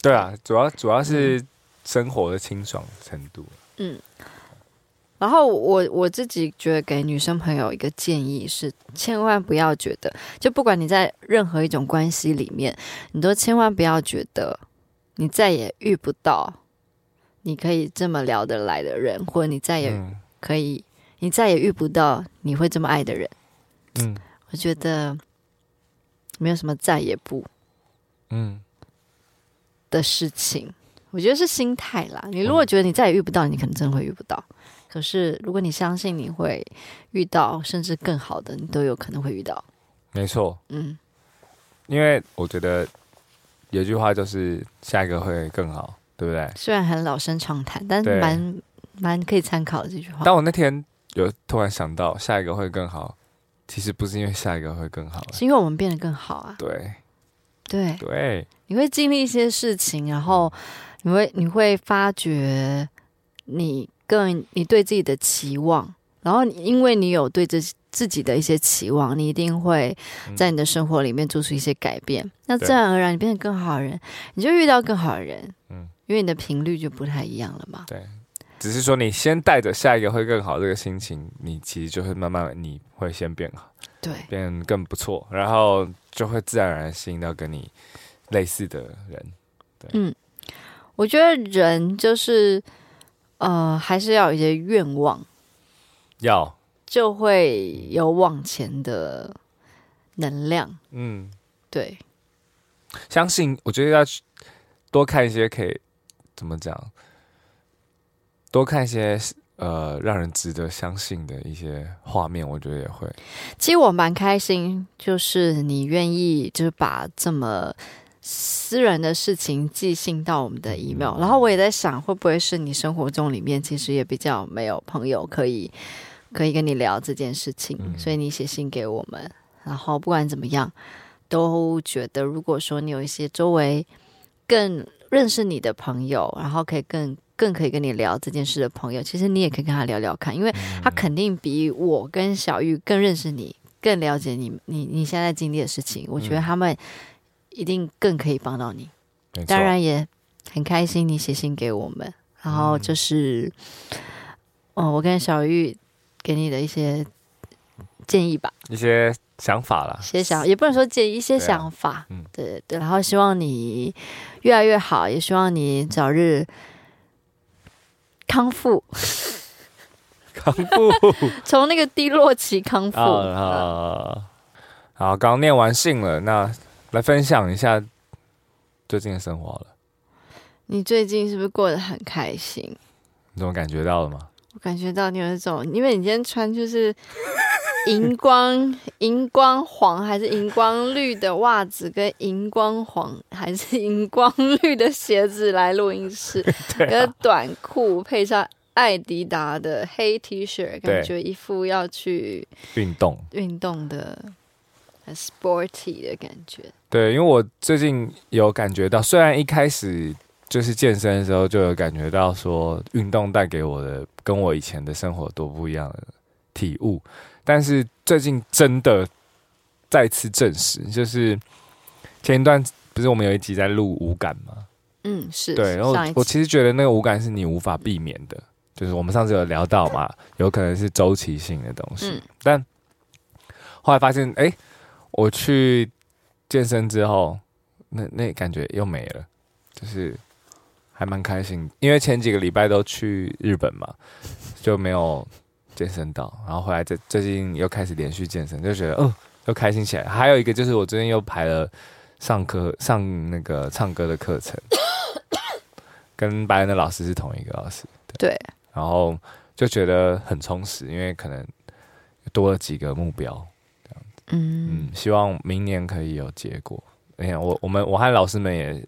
Speaker 2: 对啊，主要主要是生活的清爽程度。
Speaker 1: 然后我我自己觉得给女生朋友一个建议是，千万不要觉得，就不管你在任何一种关系里面，你都千万不要觉得你再也遇不到你可以这么聊得来的人，或者你再也
Speaker 2: 嗯
Speaker 1: 可以，你再也遇不到你会这么爱的人。
Speaker 2: 嗯
Speaker 1: 我觉得没有什么再也不
Speaker 2: 嗯
Speaker 1: 的事情，我觉得是心态啦。你如果觉得你再也遇不到，你可能真的会遇不到。可是如果你相信你会遇到，甚至更好的，你都有可能会遇到。
Speaker 2: 没错，
Speaker 1: 嗯，
Speaker 2: 因为我觉得有句话就是下一个会更好，对不对？
Speaker 1: 虽然很老生常谈，但
Speaker 2: 对
Speaker 1: 是蛮蛮可以参考的这句话。
Speaker 2: 但我那天有突然想到，下一个会更好，其实不是因为下一个会更好，
Speaker 1: 是因为我们变得更好啊。
Speaker 2: 对
Speaker 1: 对，
Speaker 2: 对，
Speaker 1: 你会经历一些事情，然后你会你会发觉你更你对自己的期望，然后你因为你有对这自己的一些期望，你一定会在你的生活里面做出一些改变。那
Speaker 2: 对
Speaker 1: 自然而然，你变得更好的人，你就遇到更好的人，
Speaker 2: 嗯
Speaker 1: 因为你的频率就不太一样了嘛。
Speaker 2: 只是说你先带着下一个会更好这个心情，你其实就会慢慢你会先变好，
Speaker 1: 对，
Speaker 2: 变更不错，然后就会自然而然吸引到跟你类似的人。
Speaker 1: 我觉得人就是呃，还是要有一些愿望，
Speaker 2: 要，
Speaker 1: 就会有往前的能量。
Speaker 2: 嗯，
Speaker 1: 对，
Speaker 2: 相信我觉得要去多看一些可以怎么讲，多看一些呃让人值得相信的一些画面，我觉得也会，
Speaker 1: 其实我蛮开心，就是你愿意就是把这么私人的事情寄信到我们的 email，然后我也在想，会不会是你生活中里面其实也比较没有朋友可以可以跟你聊这件事情，
Speaker 2: 嗯
Speaker 1: 所以你写信给我们，然后不管怎么样，都觉得如果说你有一些周围更认识你的朋友，然后可以更。更可以跟你聊这件事的朋友，其实你也可以跟他聊聊看，因为
Speaker 2: 嗯
Speaker 1: 他肯定比我跟小玉更认识你，更了解你，你你现在经历的事情，我觉得
Speaker 2: 嗯
Speaker 1: 他们一定更可以帮到你。
Speaker 2: 没错
Speaker 1: 当然也很开心你写信给我们，然后就是，
Speaker 2: 嗯
Speaker 1: 哦，我跟小玉给你的一些建议吧，
Speaker 2: 一些想法啦
Speaker 1: 一。些想也不能说建议，一些
Speaker 2: 对啊
Speaker 1: 想法，
Speaker 2: 嗯
Speaker 1: 对对对，然后希望你越来越好，也希望你早日康复，
Speaker 2: *laughs* 康复
Speaker 1: *laughs* 从那个低落期康复。
Speaker 2: 啊啊！好，刚念完信了，那来分享一下最近的生活好了，
Speaker 1: 你最近是不是过得很开心？
Speaker 2: 你怎么感觉到了吗？
Speaker 1: 我感觉到你有一种，因为你今天穿就是荧光荧光黄还是荧光绿的袜子，跟荧光黄还是荧光绿的鞋子来录音
Speaker 2: *laughs*
Speaker 1: 室，
Speaker 2: 啊
Speaker 1: 跟短裤配上艾迪达的黑 T 恤，
Speaker 2: 对
Speaker 1: 感觉一副要去
Speaker 2: 运动。
Speaker 1: 运动的。很 sporty 的感觉，
Speaker 2: 对，因为我最近有感觉到，虽然一开始就是健身的时候就有感觉到说运动带给我的跟我以前的生活多不一样的体悟，但是最近真的再次证实，就是前一段不是我们有一集在录无感吗？
Speaker 1: 嗯，是
Speaker 2: 对，
Speaker 1: 是
Speaker 2: 然后
Speaker 1: 上一
Speaker 2: 我
Speaker 1: 次
Speaker 2: 其实觉得那个无感是你无法避免的，就是我们上次有聊到嘛，有可能是周期性的东西。
Speaker 1: 嗯
Speaker 2: 但后来发现，哎、我去健身之后，那那感觉又没了，就是还蛮开心，因为前几个礼拜都去日本嘛，就没有健身到，然后后来最最近又开始连续健身，就觉得嗯、又开心起来。还有一个就是我最近又排了上课上那个唱歌的课程，跟白恩的老师是同一个老师，
Speaker 1: 对，
Speaker 2: 然后就觉得很充实，因为可能多了几个目标，
Speaker 1: 嗯
Speaker 2: 嗯，希望明年可以有结果。哎呀，我我们我和老师们也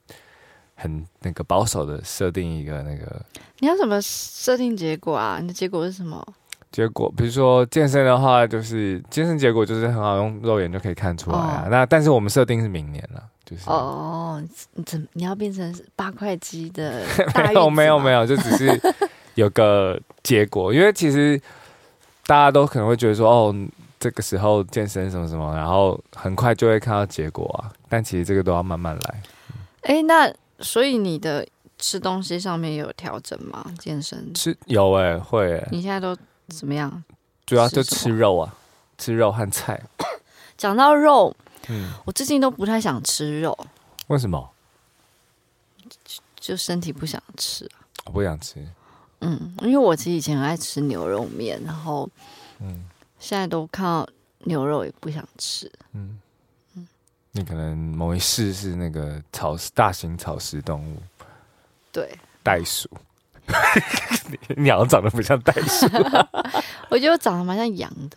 Speaker 2: 很那个保守的设定一个那个
Speaker 1: 你要什么设定结果啊？你的结果是什么？
Speaker 2: 结果，比如说健身的话，就是健身结果就是很好用肉眼就可以看出来啊。
Speaker 1: 哦
Speaker 2: 那但是我们设定是明年了，就是
Speaker 1: 哦，你怎么你要变成八块肌
Speaker 2: *laughs*
Speaker 1: 的大
Speaker 2: 没有没有没
Speaker 1: 有，
Speaker 2: 有，就只是有个结果，因为其实大家都可能会觉得说，哦，这个时候健身什么什么，然后很快就会看到结果啊。但其实这个都要慢慢来。
Speaker 1: 哎、那所以你的吃东西上面有调整吗？健身，
Speaker 2: 吃有哎、会、欸，
Speaker 1: 你现在都怎么样？
Speaker 2: 主要就
Speaker 1: 吃
Speaker 2: 吃
Speaker 1: 什么
Speaker 2: 肉啊，吃肉和菜。
Speaker 1: 讲到肉，
Speaker 2: 嗯，
Speaker 1: 我最近都不太想吃肉，
Speaker 2: 为什么？
Speaker 1: 就身体不想吃。啊
Speaker 2: 我不想吃。
Speaker 1: 嗯，因为我其实以前很爱吃牛肉面，然后
Speaker 2: 嗯
Speaker 1: 现在都看到牛肉也不想吃。
Speaker 2: 嗯你可能某一世是那个草食大型草食动物
Speaker 1: 对，
Speaker 2: 袋鼠， *laughs* 你你好像长得不像袋鼠。
Speaker 1: 我觉得我长得蛮像羊的，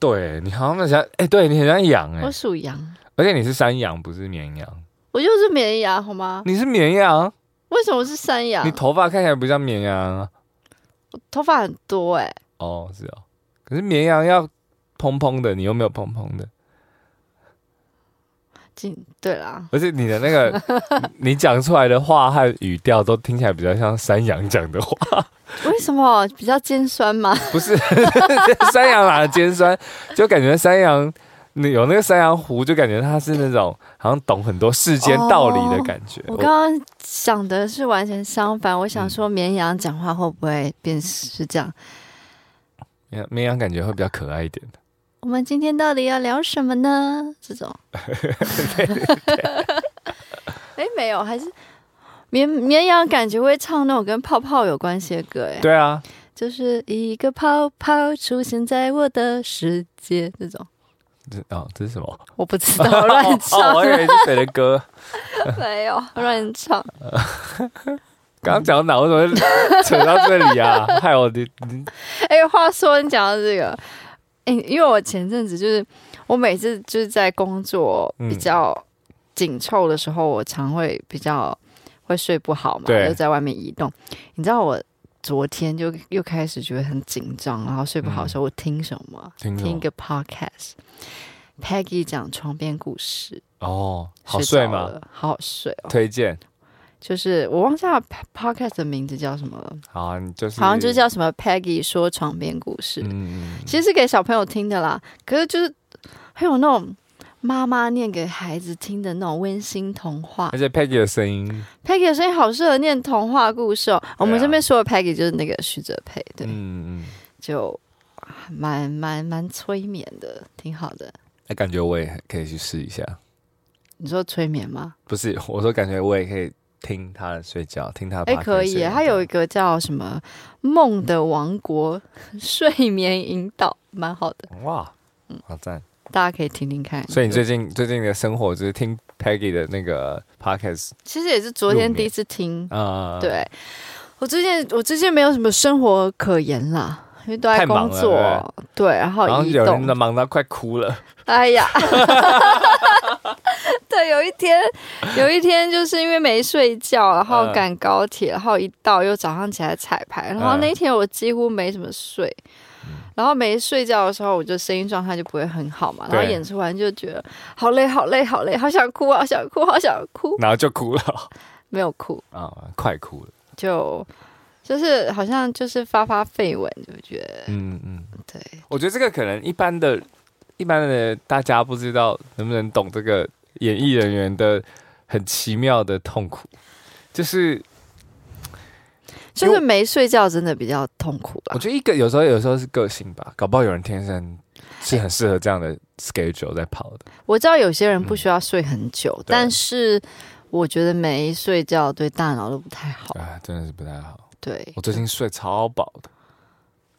Speaker 2: 对你好像很像，哎、对你很像羊哎、
Speaker 1: 我属羊，
Speaker 2: 而且你是山羊，不是绵羊。
Speaker 1: 我就是绵羊，好吗？
Speaker 2: 你是绵羊，
Speaker 1: 为什么是山羊
Speaker 2: 你？头发看起来不像绵羊啊。
Speaker 1: 头发很多哎、
Speaker 2: 哦，是哦。可是绵羊要蓬蓬的，你又没有蓬蓬的，
Speaker 1: 进对啦，
Speaker 2: 而且你的那个
Speaker 1: *laughs*
Speaker 2: 你你讲出来的话和语调都听起来比较像山羊讲
Speaker 1: *laughs*
Speaker 2: 的话，
Speaker 1: 为什么 *laughs* 比较尖酸吗？
Speaker 2: 不是 *laughs* 山羊哪尖酸，就感觉山羊你有那个山羊胡，就感觉它是那种好像懂很多世间道理的感觉。
Speaker 1: 哦我刚刚想的是完全相反，我
Speaker 2: 嗯
Speaker 1: 想说绵羊讲话会不会变是这样？
Speaker 2: 绵羊哦绵羊感觉会比较可爱一点。
Speaker 1: 我们今天到底要聊什么呢？这
Speaker 2: *laughs*
Speaker 1: 种，哎，没有，还是绵绵羊感觉会唱那种跟泡泡有关系的歌，哎，
Speaker 2: 对啊，
Speaker 1: 就是一个泡泡出现在我的世界，这种
Speaker 2: 这哦这是什么？
Speaker 1: 我不知
Speaker 2: *laughs*
Speaker 1: 道，乱
Speaker 2: 哦，
Speaker 1: 唱啊
Speaker 2: 我以为是谁的歌。
Speaker 1: 没有乱唱，
Speaker 2: 刚刚讲到哪？我怎么会扯到这
Speaker 1: *laughs*
Speaker 2: 里啊？害我你你
Speaker 1: 哎、话说你讲到这个，哎、因为我前阵子就是我每次就是在工作
Speaker 2: 嗯
Speaker 1: 比较紧凑的时候，我常会比较会睡不好嘛，
Speaker 2: 对
Speaker 1: 就在外面移动。你知道我昨天就又开始觉得很紧张，然后睡不好的时候，我听什么吗？
Speaker 2: 嗯听什么
Speaker 1: 听一个 podcast。Peggy 讲床边故事，
Speaker 2: 哦，好
Speaker 1: 着
Speaker 2: 睡吗？
Speaker 1: 了？好好睡哦！
Speaker 2: 推荐，
Speaker 1: 就是我忘记他 podcast 的名字叫什么了，
Speaker 2: 好啊，你就是
Speaker 1: 好像就是叫什么 Peggy 说床边故事。
Speaker 2: 嗯，嗯
Speaker 1: 其实是给小朋友听的啦，可是就是很有那种妈妈念给孩子听的那种温馨童话
Speaker 2: 而。且 Peggy 的声音，
Speaker 1: Peggy 的声音好适合念童话故事哦。我们这边说的 Peggy 就是那个徐哲佩，对，
Speaker 2: 啊嗯嗯，
Speaker 1: 就蛮蛮蛮催眠的，挺好的。
Speaker 2: 那哎感觉我也可以去试一下。
Speaker 1: 你说催眠吗？
Speaker 2: 不是，我说感觉我也可以听他的睡觉，听他的
Speaker 1: 哎、
Speaker 2: podcast
Speaker 1: 可以
Speaker 2: 睡
Speaker 1: 耶，
Speaker 2: 觉
Speaker 1: 它有一个叫什么《梦的王国》睡眠引导，蛮好的，
Speaker 2: 哇，
Speaker 1: 嗯
Speaker 2: 好赞！
Speaker 1: 大家可以听听看。
Speaker 2: 所以你最
Speaker 1: 嗯
Speaker 2: 近最近的生活就是听 Peggy 的那个 podcast
Speaker 1: 其实也是昨天
Speaker 2: 入眠
Speaker 1: 第一次听，
Speaker 2: 啊、呃，，
Speaker 1: 对我最近我最近没有什么生活可言啦，因为都在
Speaker 2: 太忙
Speaker 1: 工
Speaker 2: 了
Speaker 1: 作，对，然
Speaker 2: 然
Speaker 1: 后
Speaker 2: 后
Speaker 1: 移
Speaker 2: 有人
Speaker 1: 动，
Speaker 2: 忙到快哭了，
Speaker 1: 哎呀， *laughs* 对，有一天有一天就是因为没睡觉，然后
Speaker 2: 嗯
Speaker 1: 赶高铁，然后一到又早上起来彩排，然后
Speaker 2: 嗯
Speaker 1: 那一天我几乎没怎么睡。然后没睡觉的时候，我就声音状态就不会很好嘛。然后
Speaker 2: 对
Speaker 1: 演出完就觉得好累，好累，好累，好想哭，好想哭，好想哭，
Speaker 2: 然后就哭了
Speaker 1: 没有哭。
Speaker 2: 啊、快哭了，
Speaker 1: 就就是好像就是发发绯闻，就觉得
Speaker 2: 嗯嗯。
Speaker 1: 对
Speaker 2: 我觉得这个可能一般的、一般的大家不知道能不能懂这个演艺人员的很奇妙的痛苦，就是因
Speaker 1: 就
Speaker 2: 为
Speaker 1: 是没睡觉真的比较痛苦
Speaker 2: 我
Speaker 1: 啦。
Speaker 2: 觉得一个有时候有时候是个性吧，搞不好有人天生是很适合这样的 schedule 在跑的。
Speaker 1: 我知道有些
Speaker 2: 嗯
Speaker 1: 人不需要睡很久，但是我觉得没睡觉对大脑都不太好。
Speaker 2: 啊，真的是不太好。
Speaker 1: 对
Speaker 2: 我，最近睡超饱的，
Speaker 1: 哎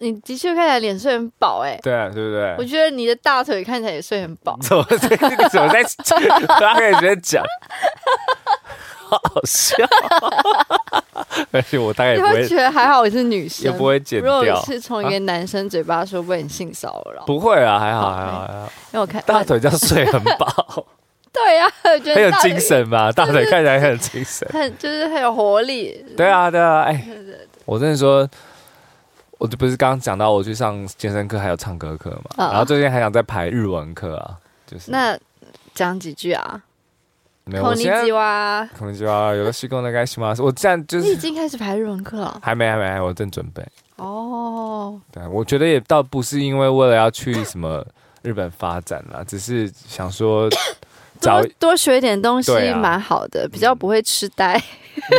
Speaker 1: 你的确看起来脸睡很饱哎、
Speaker 2: 对啊，对不对？。
Speaker 1: 我觉得你的大腿看起来也睡很饱
Speaker 2: *laughs* 怎么在这个怎么在 *laughs* 大家开始在讲？好好
Speaker 1: *laughs*
Speaker 2: 笑，而且我大概也
Speaker 1: 你
Speaker 2: 哎不
Speaker 1: 会
Speaker 2: 会
Speaker 1: 觉得还好我是女
Speaker 2: 也
Speaker 1: 生，
Speaker 2: 不会剪
Speaker 1: 如果你
Speaker 2: 掉，啊
Speaker 1: 是从一个男生嘴巴说被你性骚扰，
Speaker 2: 不会啊，还好
Speaker 1: 好
Speaker 2: 还好还好。
Speaker 1: 因为我看
Speaker 2: 大腿叫睡很 *laughs* 饱，
Speaker 1: 对呀、我觉得
Speaker 2: 很有
Speaker 1: 大腿
Speaker 2: 精，神吧？大腿看起来很有精神。
Speaker 1: 很就是很有活力。
Speaker 2: *laughs* 对啊，对啊，哎，我真的说，我就不是刚刚讲到我去上健身课还有唱歌课嘛，
Speaker 1: 嗯
Speaker 2: 然后最近还想再排日文课啊，就是
Speaker 1: 那讲几句啊？
Speaker 2: 没有，
Speaker 1: 口
Speaker 2: 我
Speaker 1: 尼
Speaker 2: 现在
Speaker 1: 基哇！
Speaker 2: 可能就要有个西工的该西吗？我这样就
Speaker 1: 你已
Speaker 2: 是
Speaker 1: 经开始排日文课了
Speaker 2: 还没还没，还没我正准备。
Speaker 1: 哦。
Speaker 2: 对，我觉得也倒不是因为为了要去什么日本发展啦，只是想说找
Speaker 1: 多多学一点东西
Speaker 2: 对啊
Speaker 1: 蛮好的，比较不会痴
Speaker 2: *laughs*
Speaker 1: 呆。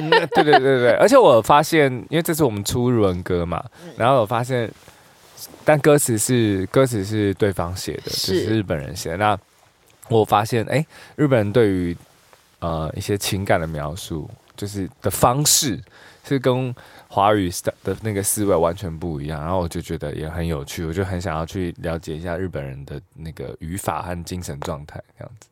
Speaker 2: 嗯，对对对对，而且我发现，因为这次我们出日文歌嘛，然后我发现，但歌词是歌词是对方写的，
Speaker 1: 是
Speaker 2: 就是日本人写的。那我发现，哎、日本人对于呃一些情感的描述，就是的方式，是跟华语的那个思维完全不一样。然后我就觉得也很有趣，我就很想要去了解一下日本人的那个语法和精神状态这样子。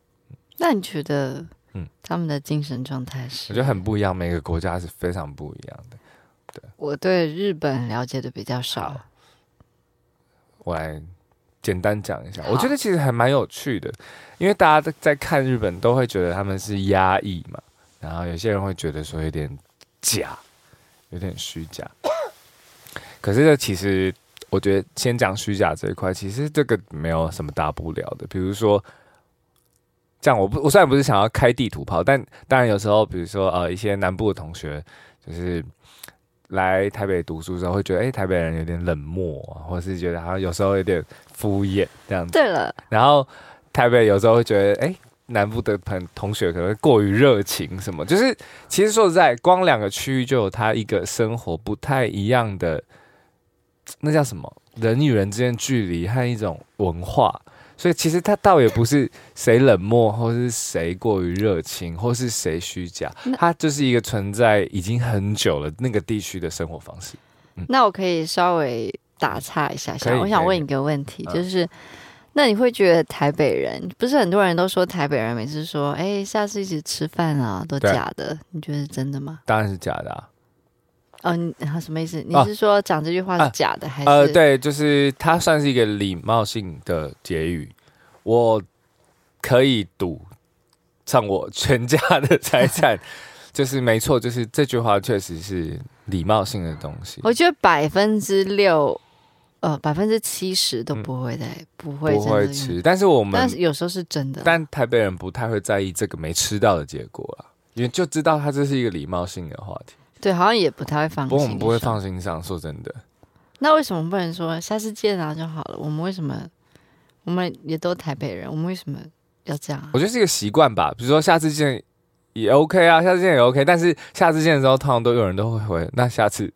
Speaker 1: 那你觉得，
Speaker 2: 嗯
Speaker 1: 嗯，他们的精神状态
Speaker 2: 我
Speaker 1: 是？
Speaker 2: 觉得很不一样，每个国家是非常不一样的。
Speaker 1: 我对日本了解的比较少，
Speaker 2: 啊我来简单讲一下，
Speaker 1: 好
Speaker 2: 我觉得其实还蛮有趣的，因为大家在在看日本都会觉得他们是压抑嘛，然后有些人会觉得说有点假，有点虚假。可是这其实我觉得先讲虚假这一块，其实这个没有什么大不了的。比如说，这样我不我虽然不是想要开地图炮，但当然有时候，比如说呃一些南部的同学就是。来台北读书的时候，会觉得哎、诶台北人有点冷漠、啊，或是觉得好像有时候有点敷衍这样子。
Speaker 1: 对了，
Speaker 2: 然后台北有时候会觉得，哎、南部的朋同学可能会过于热情，什么，就是其实说实在，光两个区域就有它一个生活不太一样的，那叫什么？人与人之间距离和一种文化，所以其实它倒也不是谁冷漠，或是谁过于热情，或是谁虚假，它就是一个存在已经很久了那个地区的生活方式。
Speaker 1: 那我可以稍微打岔一下
Speaker 2: 嗯可
Speaker 1: 下，
Speaker 2: 以
Speaker 1: 我想
Speaker 2: 可以
Speaker 1: 问你个问题，
Speaker 2: 嗯
Speaker 1: 就是。那你会觉得台北人不是很多人都说台北人每次说，哎、下次一起吃饭啊，都
Speaker 2: 对
Speaker 1: 假的，你觉得是真的吗？
Speaker 2: 当然是假的、啊。
Speaker 1: 哦，你啊什么意思？你
Speaker 2: 啊
Speaker 1: 是说讲这句话
Speaker 2: 啊
Speaker 1: 是假的，还是？
Speaker 2: 呃，对，就是它算是一个礼貌性的结语。我可以赌上我 *laughs* 全家的财产，就是没错，就是这句话确实是礼貌性的东西。
Speaker 1: 我觉得百分之六，呃，百分之七十都不会的，不会
Speaker 2: 嗯不
Speaker 1: 真的
Speaker 2: 会
Speaker 1: 用
Speaker 2: 吃，但是我们
Speaker 1: 但是有时候是真的。
Speaker 2: 但台北人不太会在意这个没吃到的结果啊，因为就知道它这是一个礼貌性的话题。
Speaker 1: 对，好像也不太会放
Speaker 2: 不
Speaker 1: 心。
Speaker 2: 过我们不会。放心上，说真的，
Speaker 1: 那为什么不能说下次见啊就好了？我们为什么？我们也都台北人，我们为什么要这样啊
Speaker 2: 我？觉得是一个习惯吧。比如说下次见也 OK 啊，下次见也 OK，但是下次见的时候，通常都有人都会回，那下次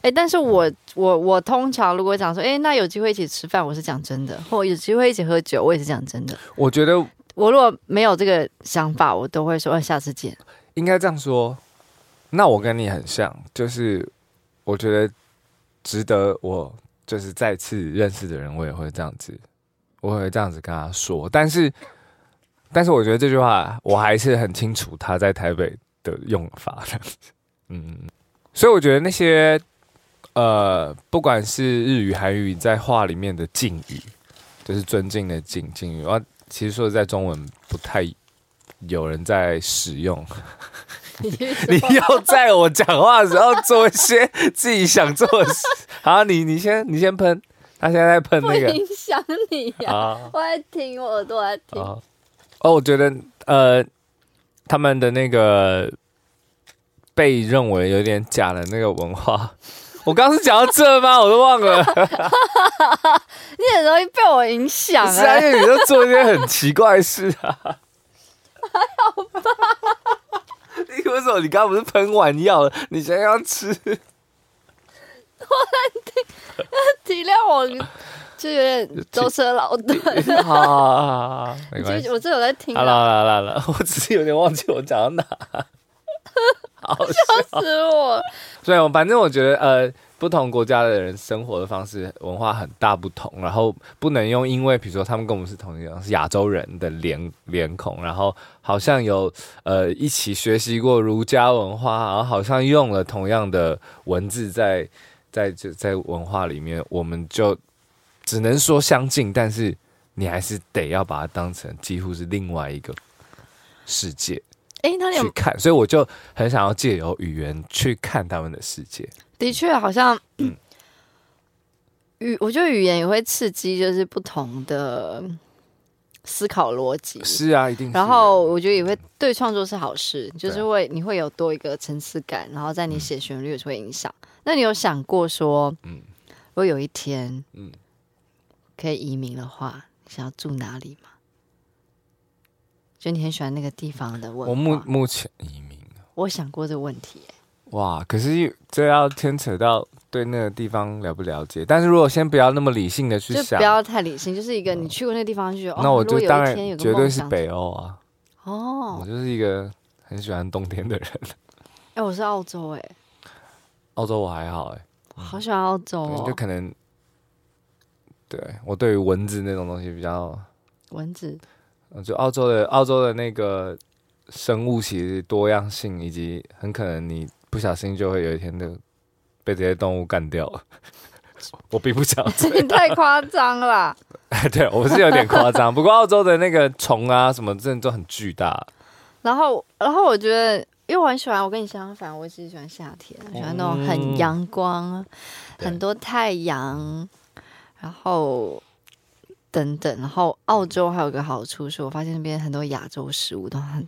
Speaker 1: 哎、但是我我我通常如果讲说，哎、那有机会一起吃饭，我是讲真的；或有机会一起喝酒，我也是讲真的。
Speaker 2: 我觉得
Speaker 1: 我如果没有这个想法，我都会说、呃、下次见。
Speaker 2: 应该这样说。那我跟你很像，就是我觉得值得我就是再次认识的人，我也会这样子，我也会这样子跟他说。但是，但是我觉得这句话我还是很清楚他在台北的用法的。嗯，所以我觉得那些呃，不管是日语、韩语，在话里面的敬语，就是尊敬的敬敬语，啊，其实说实在中文不太有人在使用。你要在我讲话的时候做一些自己想做的事。好，你你先你先喷，他现在在喷
Speaker 1: 不
Speaker 2: 那个
Speaker 1: 影响你呀、
Speaker 2: 啊
Speaker 1: 我在听，我耳朵在听。
Speaker 2: 啊！哦，我觉得呃，他们的那个被认为有点假的那个文 *laughs* 化，我刚刚是讲到这吗？我都忘了。
Speaker 1: 你很容易被我影响
Speaker 2: 是啊，
Speaker 1: 啊！
Speaker 2: 因为你都做一些很奇怪的事啊。哎你为什么你刚刚不是喷完药了？你现在要吃？
Speaker 1: 体谅我，就有点舟车劳
Speaker 2: *laughs*
Speaker 1: 顿。
Speaker 2: *laughs* 好好好，好没关系
Speaker 1: 就。我这有在听
Speaker 2: 好了
Speaker 1: 啊，
Speaker 2: 好了好了好了，我只是有点忘记我讲到哪。
Speaker 1: 笑死
Speaker 2: *laughs*
Speaker 1: 我！
Speaker 2: 所以，我反正我觉得，呃，不同国家的人生活的方式、文化很大不同，然后不能用因为比如说他们跟我们是同一样是亚洲人的脸脸孔，然后好像有呃一起学习过儒家文化，然后好像用了同样的文字在在这在文化里面，我们就只能说相近，但是你还是得要把它当成几乎是另外一个世界。
Speaker 1: 哎，那你
Speaker 2: 去
Speaker 1: 有
Speaker 2: 看，所以我就很想要借由语言去看他们的世界。
Speaker 1: 的确好像
Speaker 2: 嗯
Speaker 1: 语，我觉得语言也会刺激，就是不同的思考逻辑。
Speaker 2: 是啊，一定是
Speaker 1: 然后我觉得也会对创作是好事，就
Speaker 2: 对啊
Speaker 1: 是会你会有多一个层次感，然后在你写旋律也是会影响。那你有想过说，
Speaker 2: 嗯
Speaker 1: 嗯，如果有一天，
Speaker 2: 嗯
Speaker 1: 嗯，可以移民的话，你想要住哪里吗？就你很喜欢那个地方的文
Speaker 2: 我目
Speaker 1: 化，
Speaker 2: 目前移民
Speaker 1: 我想过这个问题、欸
Speaker 2: 哇，可是这要牵扯到对那个地方了不了解。但是如果先不要那么理性的去
Speaker 1: 就
Speaker 2: 想
Speaker 1: 不，要太理性，就是一个你去过那个地方就觉得，哦
Speaker 2: 那我
Speaker 1: 如
Speaker 2: 就
Speaker 1: 果有
Speaker 2: 当
Speaker 1: 一
Speaker 2: 然
Speaker 1: 天有个
Speaker 2: 绝对
Speaker 1: 梦
Speaker 2: 是
Speaker 1: 想
Speaker 2: 北欧啊。
Speaker 1: 哦
Speaker 2: 我，就是一个很喜欢冬天的人。 *laughs*
Speaker 1: 哎、我是澳洲哎、
Speaker 2: 澳洲我还好哎、
Speaker 1: 好喜欢澳洲
Speaker 2: 但是嗯就
Speaker 1: 哦，
Speaker 2: 可能，对我对于蚊子那种东西比较，
Speaker 1: 蚊子
Speaker 2: 呃就澳洲的澳洲的那个生物其实多样性，以及很可能你不小心就会有一天就被这些动物干掉了。 *laughs* 我并不想
Speaker 1: *laughs*
Speaker 2: *laughs*
Speaker 1: 这也太夸张了啦。
Speaker 2: 对，我是有点夸张。不过澳洲的那个虫啊，什么真的都很巨大。
Speaker 1: 然后，然后我觉得，因为我很喜欢，我跟你相反，我其实喜欢夏天，喜欢那种很阳
Speaker 2: 嗯
Speaker 1: 光、
Speaker 2: 对
Speaker 1: 很多太阳，然后等等。然后澳洲还有个好处是，我发现那边很多亚洲食物都很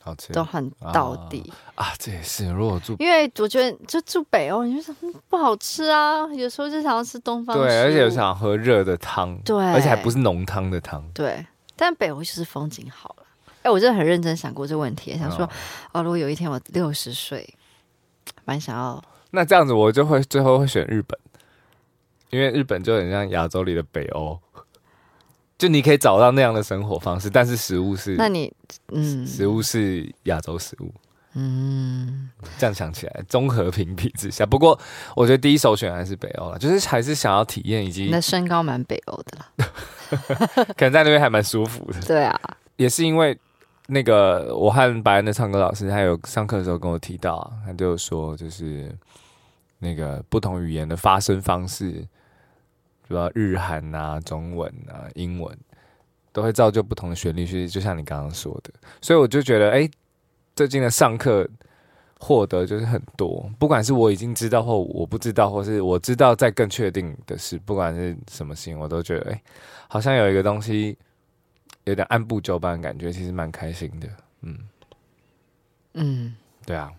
Speaker 2: 好吃
Speaker 1: 都很到底，
Speaker 2: 啊，这也是。如果住
Speaker 1: 因为我觉得就住北欧，你就想嗯不好吃啊，有时候就想要吃东方食物，
Speaker 2: 对，而且想喝热的汤，
Speaker 1: 对
Speaker 2: 而且还不是浓汤的汤。
Speaker 1: 对，但北欧就是风景好了。哎，我真的很认真想过这个问题，想说
Speaker 2: 嗯，
Speaker 1: 哦，如果有一天我六十岁，蛮想要。
Speaker 2: 那这样子我就会最后会选日本，因为日本就很像亚洲里的北欧，就你可以找到那样的生活方式，但是食物是
Speaker 1: 那你嗯
Speaker 2: 食物是亚洲食物。
Speaker 1: 嗯，
Speaker 2: 这样想起来，综合评比之下，不过我觉得第一首选还是北欧啦，就是还是想要体验，以及
Speaker 1: 你的身高蛮北欧的啦。
Speaker 2: 可能在那边还蛮舒服的。
Speaker 1: 对啊，
Speaker 2: 也是因为那个我和白恩的唱歌老师，他有上课的时候跟我提到啊，他就说就是那个不同语言的发声方式，主要日韩啊、中文啊、英文，都会造就不同的旋律，其实就像你刚刚说的，所以我就觉得，哎、最近的上课。获得就是很多，不管是我已经知道或我不知道，或是我知道再更确定的事，不管是什么事情，我都觉得哎、好像有一个东西有点按部就班的感觉，其实蛮开心的。
Speaker 1: 嗯，
Speaker 2: 对啊，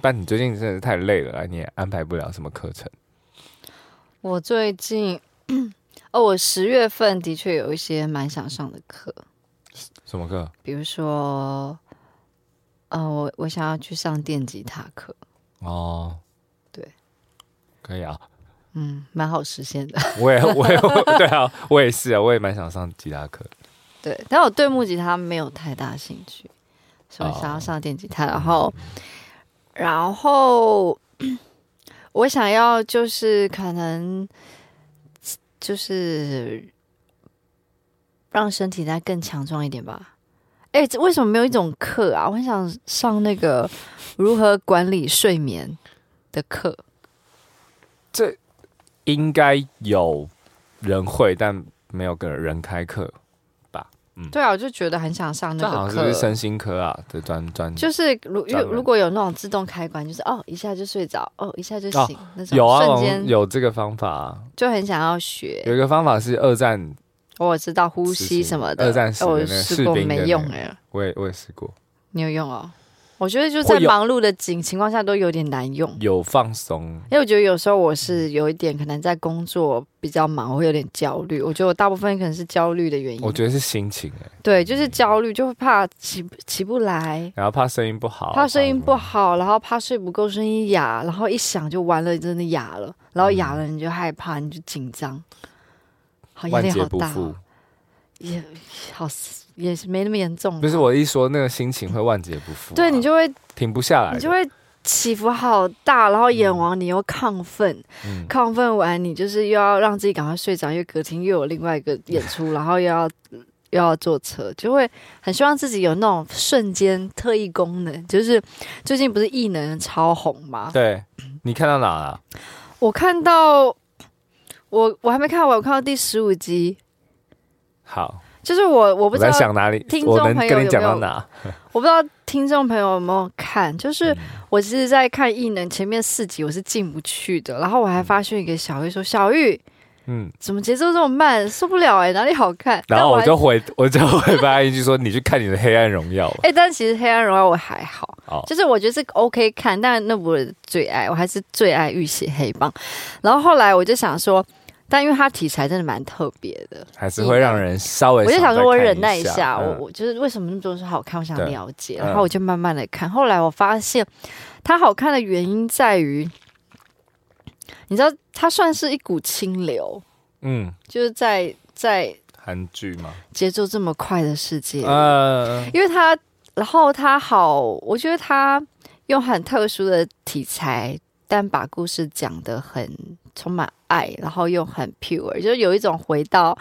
Speaker 2: 但你最近真的是太累了啦，啊你也安排不了什么课程。
Speaker 1: 我最近哦，我十月份的确有一些蛮想上的课，
Speaker 2: 什么课？
Speaker 1: 比如说，呃，我我想要去上电吉他课，
Speaker 2: 哦，
Speaker 1: 对，
Speaker 2: 可以啊。
Speaker 1: 嗯，蛮好实现的。
Speaker 2: 我也， *laughs* 我也，对啊，我也是啊，我也蛮想上吉他课。
Speaker 1: 对，但我对木吉他没有太大兴趣，所以我
Speaker 2: 哦
Speaker 1: 想要上电吉他，然后，然后我想要就是可能就是让身体再更强壮一点吧。哎、这为什么没有一种课啊？我很想上那个如何管理睡眠的课。
Speaker 2: 这应该有人会，但没有个人开课。
Speaker 1: 对啊，我就觉得很想上
Speaker 2: 这
Speaker 1: 那
Speaker 2: 好
Speaker 1: 个
Speaker 2: 像是不
Speaker 1: 课
Speaker 2: 是。身心科啊的专专
Speaker 1: 就是如
Speaker 2: 专门
Speaker 1: 如果有那种自动开关，就是哦一下就睡着，哦一下就
Speaker 2: 哦
Speaker 1: 醒，那种
Speaker 2: 有啊，
Speaker 1: 瞬
Speaker 2: 我们
Speaker 1: 间
Speaker 2: 有这个方法啊、
Speaker 1: 就很想要学。
Speaker 2: 有一个方法是二战，
Speaker 1: 我知道呼
Speaker 2: 是
Speaker 1: 吸
Speaker 2: 是
Speaker 1: 什么的，
Speaker 2: 二战时的
Speaker 1: 我
Speaker 2: 那个
Speaker 1: 试
Speaker 2: 士
Speaker 1: 过
Speaker 2: 兵的
Speaker 1: 没
Speaker 2: 那
Speaker 1: 用
Speaker 2: 个
Speaker 1: 哎、
Speaker 2: 我也我也试过，
Speaker 1: 你有用哦？我觉得就
Speaker 2: 会
Speaker 1: 在
Speaker 2: 有
Speaker 1: 忙碌的情情况下都有点难用，
Speaker 2: 有放松，
Speaker 1: 因为我觉得有时候我
Speaker 2: 嗯
Speaker 1: 是有一点可能在工作比较忙，我会有点焦虑。我觉得我大部分可能是焦虑的原因，
Speaker 2: 我觉得是心情哎、
Speaker 1: 对，就是焦虑，就会怕起起不来，
Speaker 2: 然后怕声音不好，啊
Speaker 1: 怕声音不
Speaker 2: 好。
Speaker 1: 好，然后怕睡不够，声音哑，然后一想就完了，真的哑了，然后哑了你就害怕，你就紧张，好压
Speaker 2: 嗯万
Speaker 1: 力
Speaker 2: 劫
Speaker 1: 好
Speaker 2: 不
Speaker 1: 大、
Speaker 2: 复
Speaker 1: 哦，，也好也是没那么严重
Speaker 2: 不
Speaker 1: 啦，
Speaker 2: 是我一说那个心情会万劫不复啊、
Speaker 1: 对你就会
Speaker 2: 停不下来的，
Speaker 1: 你就会起伏好大，然后演完你又亢奋，
Speaker 2: 嗯
Speaker 1: 亢奋完你就是又要让自己赶快睡着，因为隔天又有另外一个
Speaker 2: *laughs*
Speaker 1: 演出，然后又要又要坐车，就会很希望自己有那种瞬间特异功能，就是最近不是异能超红吗？
Speaker 2: 对你看到哪了？
Speaker 1: 我看到我我还没看完，我看到第十五集，
Speaker 2: 好，
Speaker 1: 就是我我
Speaker 2: 我
Speaker 1: 不知道
Speaker 2: 在想哪里
Speaker 1: 听，众
Speaker 2: 我能
Speaker 1: 朋友
Speaker 2: 跟你
Speaker 1: 有
Speaker 2: 讲
Speaker 1: 没有
Speaker 2: 到哪？
Speaker 1: 我不知道听众朋友有没有看，就是
Speaker 2: 嗯
Speaker 1: 我其实，在看异能前面四集我是进不去的，然后我还发讯给小玉说：“小玉，
Speaker 2: 嗯，
Speaker 1: 怎么节奏这么慢，受不了哎、哪里好看？”
Speaker 2: 然后
Speaker 1: 但
Speaker 2: 我
Speaker 1: 还
Speaker 2: 就回，我就回发一句说， *laughs* 你去看你的《黑暗荣耀》吧。
Speaker 1: 哎、但其实《黑暗荣耀》我还好，
Speaker 2: 哦
Speaker 1: 就是我觉得是 OK 看，但那不是我的最爱，我还是最爱《浴血黑帮》。然后后来我就想说，但因为它题材真的蛮特别的，
Speaker 2: 还是会让人稍微
Speaker 1: 我就想
Speaker 2: 再
Speaker 1: 说，我
Speaker 2: 看
Speaker 1: 忍耐
Speaker 2: 一
Speaker 1: 一
Speaker 2: 下，
Speaker 1: 下，我
Speaker 2: 嗯
Speaker 1: 我就是为什么那么多人说好看，我想
Speaker 2: 对
Speaker 1: 了解，
Speaker 2: 嗯
Speaker 1: 然后我就慢慢的看。后来我发现，它好看的原因在于，你知道，它算是一股清流，
Speaker 2: 嗯，
Speaker 1: 就是在在
Speaker 2: 韩剧嘛，
Speaker 1: 节奏这么快的世界里，
Speaker 2: 嗯，
Speaker 1: 因为它，然后它好，我觉得它用很特殊的题材但把故事讲得很充满爱，然后又很 pure，就有一种回到。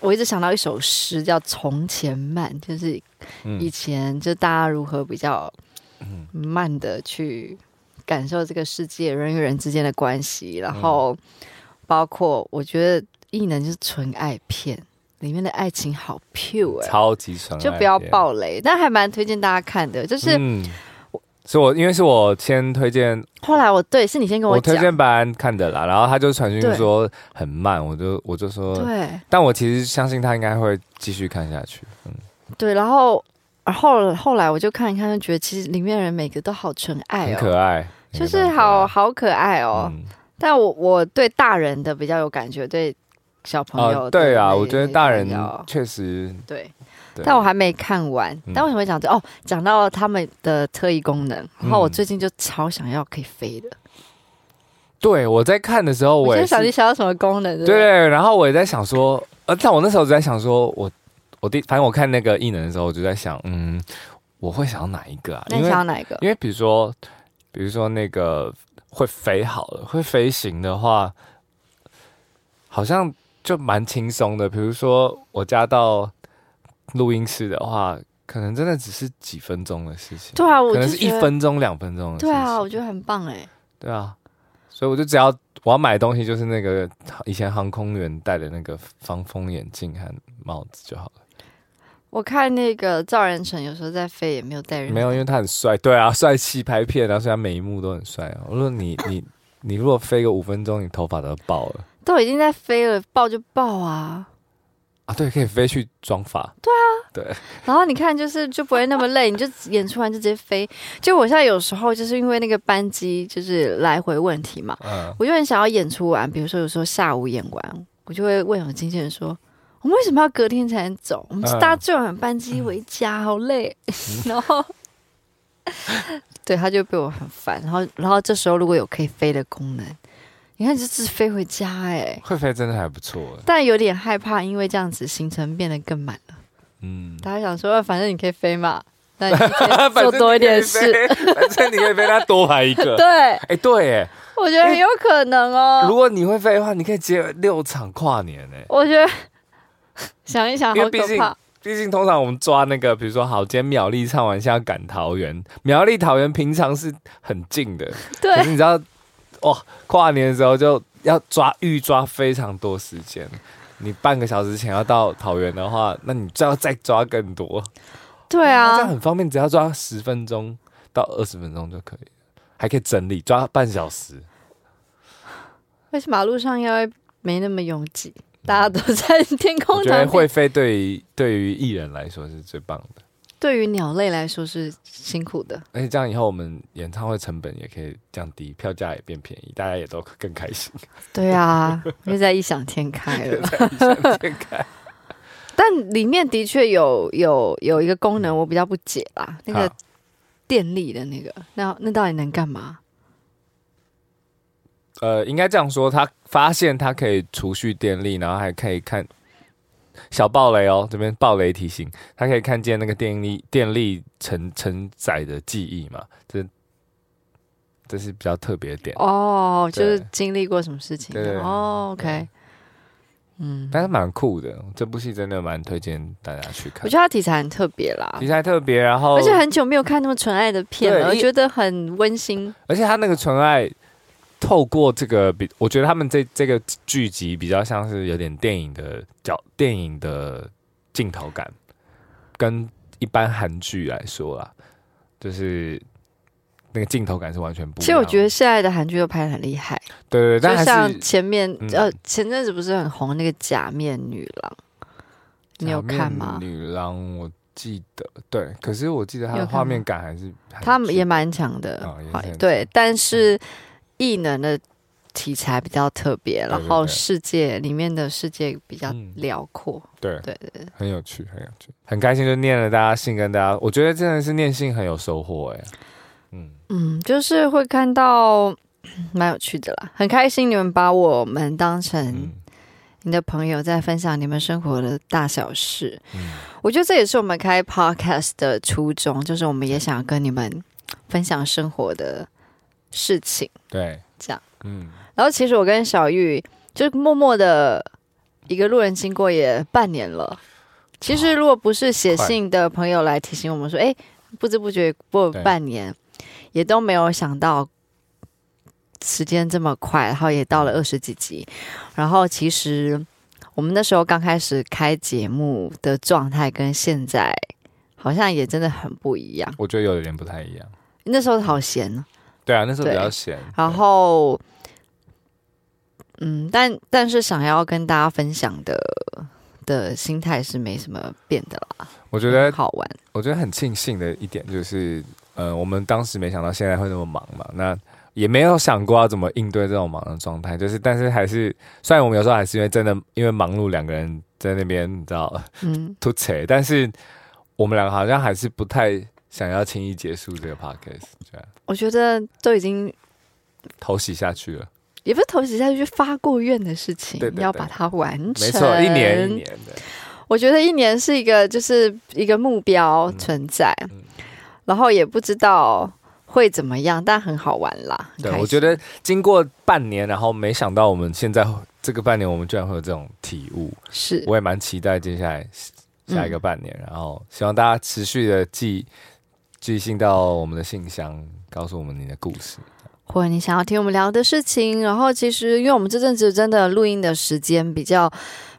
Speaker 1: 我一直想到一首诗叫《从前慢》，就是以
Speaker 2: 嗯，
Speaker 1: 前就大家如何比较
Speaker 2: 嗯
Speaker 1: 慢的去感受这个世界人与人之间的关系，然后包括我觉得《异能》就是纯爱片，里面的爱情好 pure，欸、
Speaker 2: 超级纯爱
Speaker 1: 就不要
Speaker 2: 片
Speaker 1: 爆雷，但还蛮推荐大家看的。就是
Speaker 2: 嗯，是我因为是我先推荐，
Speaker 1: 后来我对是你先跟
Speaker 2: 我推
Speaker 1: 讲，
Speaker 2: 荐白安看的啦，然后他就传讯
Speaker 1: 对
Speaker 2: 说很慢，我就我就说，
Speaker 1: 对
Speaker 2: 但我其实相信他应该会继续看下去。嗯，
Speaker 1: 对，然后后后来我就看一看，就觉得其实里面的人每个都好纯爱
Speaker 2: 很
Speaker 1: 哦，
Speaker 2: 可爱，
Speaker 1: 就是好
Speaker 2: 很
Speaker 1: 好可爱
Speaker 2: 可爱
Speaker 1: 哦。
Speaker 2: 嗯
Speaker 1: 但我我对大人的比较有感觉，对小朋友、
Speaker 2: 哦，对啊，
Speaker 1: 那
Speaker 2: 我觉得大人
Speaker 1: 那个
Speaker 2: 确实，
Speaker 1: 对，
Speaker 2: 对
Speaker 1: 但我还没看完。
Speaker 2: 嗯
Speaker 1: 但为什么会讲这？哦，讲到他们的特异功能，然
Speaker 2: 嗯
Speaker 1: 后我最近就超想要可以飞的。
Speaker 2: 对我在看的时候，
Speaker 1: 我
Speaker 2: 哦我
Speaker 1: 现在
Speaker 2: 也
Speaker 1: 想你
Speaker 2: 是
Speaker 1: 想要什么功能？
Speaker 2: 对啊
Speaker 1: 不，
Speaker 2: 对，然后我也在想说，呃，但我那时候在想说，我我第反正我看那个异能的时候，我就在想，嗯，我会想要哪一个啊？
Speaker 1: 那
Speaker 2: 因
Speaker 1: 你
Speaker 2: 为
Speaker 1: 想要哪一个？
Speaker 2: 因为比如说，比如说那个会飞好了，会飞行的话，好像就蛮轻松的。比如说我家到录音室的话，可能真的只是几分钟的事情，
Speaker 1: 对啊，我
Speaker 2: 可能
Speaker 1: 就是觉
Speaker 2: 一
Speaker 1: 得，
Speaker 2: 分钟、两分钟的事情。
Speaker 1: 对啊，我觉得很棒哎。
Speaker 2: 对啊，所以我就只要我要买东西，就是那个以前航空员戴的那个防风眼镜和帽子就好了。
Speaker 1: 我看那个赵仁成有时候在飞，也没有带人，
Speaker 2: 没有，因为他很帅。对啊，帅气拍片，然后所以他每一幕都很帅啊。我说 *laughs* 你你你如果飞个五分钟，你头发都要爆了
Speaker 1: 都已经在飞了，爆就爆啊。
Speaker 2: 啊！对，可以飞去妆发。
Speaker 1: 然后你看，就是就不会那么累，你就演出完就直接飞。就我现在有时候就是因为那个班机就是来回问题嘛，
Speaker 2: 嗯，
Speaker 1: 我就很想要演出完，比如说有时候下午演完，我就会问我经纪人说。我们为什么要隔天才能走？我们是
Speaker 2: 嗯
Speaker 1: 搭最晚的班机回家，好累。 *laughs* 然后，对，他就被我很烦。然后，然后这时候如果有可以飞的功能，你看就是飞回家哎、
Speaker 2: 会飞真的还不错。欸
Speaker 1: 但有点害怕，因为这样子行程变得更满了。
Speaker 2: *laughs* 嗯，
Speaker 1: 大家想说，呃反正你可以飞嘛，那你就
Speaker 2: *laughs*
Speaker 1: 可以做多一点事。 *laughs*
Speaker 2: 反正你可以飞，他多排一个。
Speaker 1: 对，
Speaker 2: 哎，对耶，
Speaker 1: 我觉得很有可能
Speaker 2: 如
Speaker 1: 哦。
Speaker 2: 果你会飞的话，你可以接六场跨年哎。
Speaker 1: 我觉得 *laughs* 想一想，
Speaker 2: 因
Speaker 1: 啊好
Speaker 2: 为毕
Speaker 1: 可
Speaker 2: 竟
Speaker 1: 怕。
Speaker 2: 毕竟通常我们抓那个，比如说好，今天苗栗唱完，现在要赶桃园。苗栗桃园平常是很近的，可
Speaker 1: *laughs*
Speaker 2: 是
Speaker 1: 对，
Speaker 2: 你知道，哇，跨年的时候就要抓预抓非常多时间。你半个小时前要到桃园的话，那你就要再抓更多。
Speaker 1: 对
Speaker 2: 那这样
Speaker 1: 啊，
Speaker 2: 很方便，只要抓十分钟到二十分钟就可以，还可以整理抓半小时。
Speaker 1: 为什么马路上要没那么拥挤？大家都在天
Speaker 2: 我
Speaker 1: 空
Speaker 2: 觉得
Speaker 1: 谈
Speaker 2: 会
Speaker 1: 恋，
Speaker 2: 飞对于对于艺人来说是最棒的，
Speaker 1: 对于鸟类来说是辛苦的。
Speaker 2: 而且这样以后我们演唱会成本也可以降低，票价也变便宜，大家也都更开心。
Speaker 1: 对啊，又在异想天开
Speaker 2: *laughs*
Speaker 1: 了。 *laughs*
Speaker 2: 更开
Speaker 1: 但里面的确有有有一个功能我比较不解啦，那个
Speaker 2: 好
Speaker 1: 电力的那个，那那到底能干嘛？
Speaker 2: 呃，应该这样说，他发现他可以储蓄电力，然后还可以看小暴雷哦，这边暴雷提醒，他可以看见那个电力电力承承载的记忆嘛，这这是比较特别的点，
Speaker 1: 哦，就
Speaker 2: 对
Speaker 1: 是经历过什么事情
Speaker 2: 对对对
Speaker 1: 哦，OK，
Speaker 2: 对
Speaker 1: 嗯，
Speaker 2: 但是蛮酷的，这部戏真的蛮推荐大家去看
Speaker 1: 我，觉得它题材很特别啦
Speaker 2: 题，材特别，然后
Speaker 1: 而且很久没有看那么纯爱的片
Speaker 2: 哦对
Speaker 1: 了，我
Speaker 2: 一
Speaker 1: 觉得很温馨。
Speaker 2: 而且他那个纯爱。透过这个比，我觉得他们这这个剧集比较像是有点电影的角电影的镜头感，跟一般韩剧来说啦，就是那个镜头感是完全不一样的。
Speaker 1: 其实我觉得现在的韩剧都拍的很厉害，
Speaker 2: 对对对，
Speaker 1: 就
Speaker 2: 但还
Speaker 1: 像
Speaker 2: 是
Speaker 1: 前面
Speaker 2: 嗯
Speaker 1: 呃前阵子不是很红那个《假面女郎》，你有看吗
Speaker 2: 假面？女郎，我记得对，可是我记得它
Speaker 1: 你有
Speaker 2: 的
Speaker 1: 看吗
Speaker 2: 画面感还是韩剧
Speaker 1: 他们也蛮强的
Speaker 2: 哦也，
Speaker 1: 好
Speaker 2: 是很嗯
Speaker 1: 对，但是异能的题材比较特别，然后
Speaker 2: 对对
Speaker 1: 世界里面的世界比较
Speaker 2: 嗯
Speaker 1: 辽阔，
Speaker 2: 对
Speaker 1: 对对对，
Speaker 2: 很有趣，很有趣，很开心就念了大家信，跟大家，我觉得真的是念信很有收获哎、嗯，
Speaker 1: 嗯，就是会看到蛮有趣的啦，很开心你们把我们当成
Speaker 2: 嗯
Speaker 1: 你的朋友，在分享你们生活的大小事。
Speaker 2: 嗯
Speaker 1: 我觉得这也是我们开 podcast 的初衷，就是我们也想跟你们分享生活的事情，
Speaker 2: 对，
Speaker 1: 这样。
Speaker 2: 嗯，
Speaker 1: 然后其实我跟小玉就默默的一个路人经过也半年了。其实如果不是写信的朋友来提醒我们说，哎，不知不觉过了半年，也都没有想到时间这么快，然后也到了二十几集。然后其实我们那时候刚开始开节目的状态跟现在好像也真的很不一样。
Speaker 2: 我觉得有点不太一样。
Speaker 1: 那时候好闲哦
Speaker 2: 对啊，那时候比
Speaker 1: 对
Speaker 2: 较闲，
Speaker 1: 然后，嗯，但但是想要跟大家分享的的心态是没什么变的啦，
Speaker 2: 我觉得
Speaker 1: 很嗯好玩，
Speaker 2: 我觉得很庆幸的一点就是，呃，我们当时没想到现在会那么忙嘛，那也没有想过要怎么应对这种忙的状态，就是但是还是，虽然我们有时候还是因为真的因为忙碌两个人在那边你知道 *laughs*
Speaker 1: 嗯，
Speaker 2: 吐槽，但是我们两个好像还是不太想要轻易结束这个 podcast，这样
Speaker 1: 我觉得都已经
Speaker 2: 偷袭下去了，
Speaker 1: 也不是投袭下去，发过愿的事情，
Speaker 2: 对对
Speaker 1: 要
Speaker 2: 对
Speaker 1: 把它完成。
Speaker 2: 没错，一年一年的，
Speaker 1: 我觉得一年是一个就是一个目标存在，
Speaker 2: 嗯
Speaker 1: 然后也不知道会怎么样，但很好玩啦。很
Speaker 2: 对
Speaker 1: 开，心
Speaker 2: 我觉得经过半年，然后没想到我们现在这个半年，我们居然会有这种体悟，
Speaker 1: 是
Speaker 2: 我也蛮期待接下来
Speaker 1: 嗯
Speaker 2: 下一个半年，然后希望大家持续的寄寄信到我们的信箱，告诉我们你的故事。
Speaker 1: 或者你想要听我们聊的事情，然后其实因为我们这阵子真的录音的时间比较。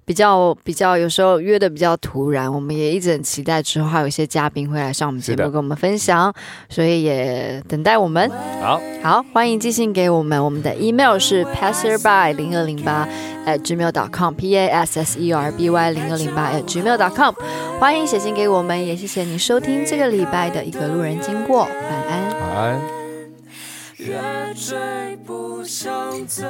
Speaker 1: 比较比较，有时候约的比较突然，我们也一直很期待之后还有一些嘉宾会来上我们节
Speaker 2: 是
Speaker 1: 目
Speaker 2: 的
Speaker 1: 跟我们分享，所以也等待我们。
Speaker 2: 好，
Speaker 1: 好，欢迎寄信给我们，我们的 email 是 passerby 零二零八 at gmail.com，p a s s e r b y 零二零八 at gmail.com，欢迎写信给我们，也谢谢你收听这个礼拜的一个路人经过，晚安。
Speaker 2: 晚安。
Speaker 3: 越追不想追。